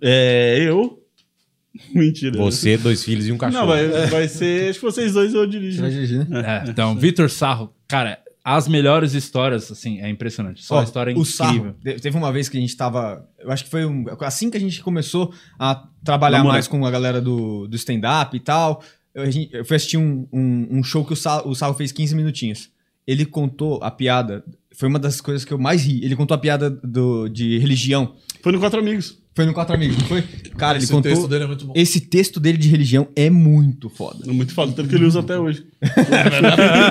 É eu. (laughs) Mentira. Você, dois filhos e um cachorro. Não, vai, vai ser. Acho que vocês dois eu Você dirijo. vai dirigir, né? É, então, Vitor Sarro, cara, as melhores histórias, assim, é impressionante. Só Ó, a história o incrível. sarro. Te- Teve uma vez que a gente tava. Eu acho que foi um- assim que a gente começou a trabalhar Vamos lá. mais com a galera do, do stand-up e tal. Eu, a gente- eu fui assistir um, um- um show que o Sarro, o Sarro fez 15 minutinhos. Ele contou a piada. Foi uma das coisas que eu mais ri. Ele contou a piada do- de religião. Foi no Quatro Amigos. Foi no Quatro Amigos, não foi? Cara, Esse ele contou. texto dele é muito bom. Esse texto dele de religião é muito foda. Muito foda, tanto que ele usa até hoje.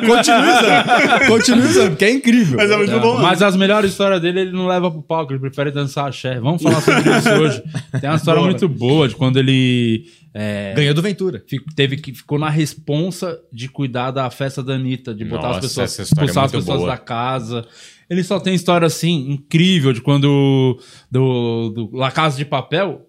Continua usando. Continua usando, porque é incrível. Mas é muito Tá. bom. Mas as melhores histórias dele ele não leva pro palco, ele prefere dançar axé. Vamos falar sobre isso hoje. Tem uma história Bora. muito boa de quando ele é, Ganhou do Ventura. fico- teve que ficou na responsa de cuidar da festa da Anitta, de botar Nossa, as pessoas, essa história é expulsar as muito pessoas boa. da casa. Ele só tem história assim incrível de quando do, do La Casa de Papel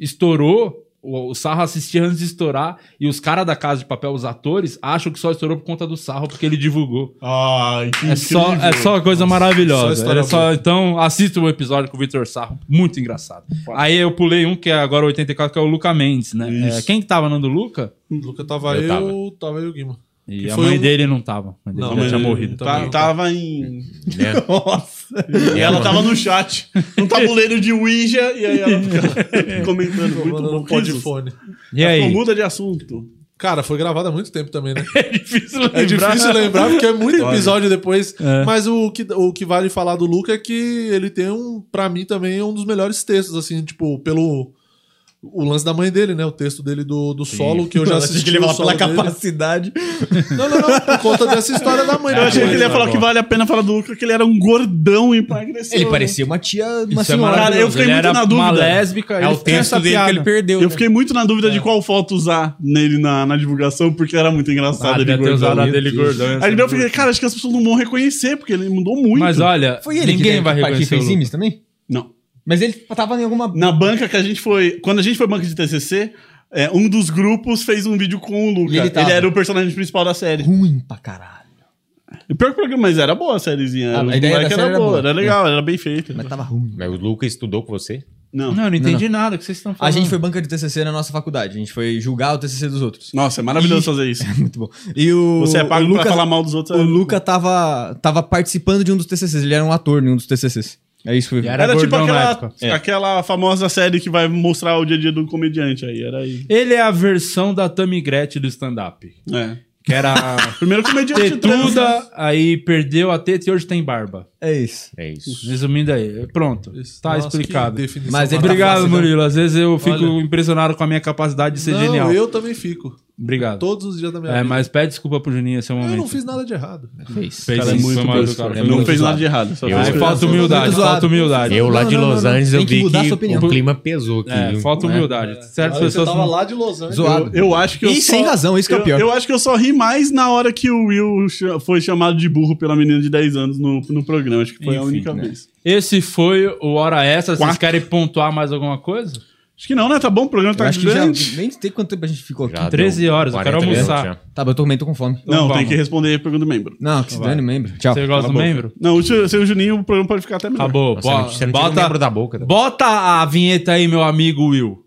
estourou. O o Sarro assistia antes de estourar e os caras da Casa de Papel, os atores, acham que só estourou por conta do Sarro porque ele divulgou. Ai, que É só, incrível. é só uma coisa maravilhosa. só história É só- então, assista o episódio com o Vitor Sarro. Muito engraçado. Aí eu pulei um que é agora 84, que é o Luca Mendes, né? Isso. É, quem que tava andando o Luca? Luca tava Eu eu, tava. tava. eu e o Guima. E Que a foi mãe um- dele não tava. A mãe dele Não, já mas tinha ele- morrido. tá- Tá- tava em. né? Nossa. E ela tava no chat. Um tabuleiro de (laughs) Ouija. E aí ela ficava comentando. Muito Mano, bom. não pode Risos. um fone. E Ela falou, aí? muda de assunto. Cara, foi gravado há muito tempo também, né? É difícil lembrar. É difícil lembrar porque é muito episódio depois. Mas o que, o que vale falar do Luca é que ele tem um, pra mim também, um dos melhores textos, assim, tipo, pelo. O lance da mãe dele, né? O texto dele do, do solo, que eu já assisti. que ele ia o falar solo pela dele. capacidade. Não, não, não. Por conta dessa história da mãe. Eu né? achei que ele ia tá falar bom. que vale a pena falar do Luca, que ele era um gordão e emagreceu. Ele parecia uma tia, uma Isso é senhora. maravilhoso. Cara, eu fiquei Ele muito era na dúvida. Uma lésbica, É ele o tem essa texto dele piada. que ele perdeu. Eu fiquei muito na dúvida de É. qual foto usar nele na, na divulgação, porque era muito Ah, engraçado ele devia ter gordão. né? usado a dele gordão. ia ser Aí eu muito- fiquei, cara, acho que as pessoas não vão reconhecer, porque ele mudou muito. Mas olha, Foi ele ninguém que vai que reconhecer. fez o Lu- Sims também? Não. Mas ele tava em alguma... Na banca que a gente foi. Quando a gente foi banca de TCC, é, um dos grupos fez um vídeo com o Luca. E ele Ele, tava. era o personagem principal da série. Ruim pra caralho. E pior que o programa, mas era boa a sériezinha. Ah, Os a ideia da moleque série era boa. É. era legal, era bem feito. Mas tava ruim. Mas o Lucas estudou com você? Não. Não, eu não entendi nada que vocês estão A falando. gente foi banca de TCC na nossa faculdade. A gente foi julgar o TCC dos outros. Nossa, é maravilhoso fazer isso. (laughs) Muito bom. E o... Você é pago o pra falar mal dos outros. é. O Luca tava, tava participando de um dos TCCs. Ele era um ator em um dos TCCs. É isso que eu... Era Era, tipo gordão na aquela, época. É. aquela famosa série que vai mostrar o dia a dia do comediante aí. Era aí. Ele é a versão da Tammy Gretchen do stand-up. É. Que era Primeiro comediante trans, né? tetuda, aí perdeu a teta e hoje tem barba. É isso. É isso. Resumindo aí. Pronto. tá Nossa, que explicado. definição Mas é maravilhosa. Obrigado, Fácil, Murilo. Às vezes eu fico impressionado com a minha capacidade de ser Não, genial. eu também fico. Obrigado. Todos os dias da minha É, vida. mas pede desculpa pro Juninho esse é o Eu momento. não fiz nada de errado. Fez. Fez Cara, é isso, muito foi mal doido, educado, cara. foi Não mal fez nada educado. de errado. Só Eu- fez Aí coisa. falta humildade, Muito zoado. falta humildade. Eu lá de Não, não, Los não. Angeles eu Tem que vi mudar que sua opinião. o clima pesou aqui. É, viu? falta humildade. Certas Olha, pessoas. Você tava não- lá de Los Angeles. Zoado. Eu acho que eu E só- sem razão, isso que é o eu- pior. Eu, acho que eu só ri mais na hora que o Will cha- foi chamado de burro pela menina de 10 anos no, no programa. Acho que foi a Enfim, única né? vez. Esse foi o Hora Essa. Vocês Quatro. querem pontuar mais alguma coisa? Acho que não, né? Tá bom, o programa Eu tá acho que já... grande. Nem sei quanto tempo a gente ficou aqui. Já 13 deu horas, eu quero 40 Tá minutos almoçar. já. Tá, mas eu tô, também tô com fome. Então Não, tem vamos. que responder a pergunta do membro. Não, que se dane, membro. Tchau. Tá. Você gosta do membro? Não, o tio- sem o Juninho o programa pode ficar até melhor. Acabou. Nossa, Bo- você não tira o bota, membro da boca. bota a vinheta aí, meu amigo Will.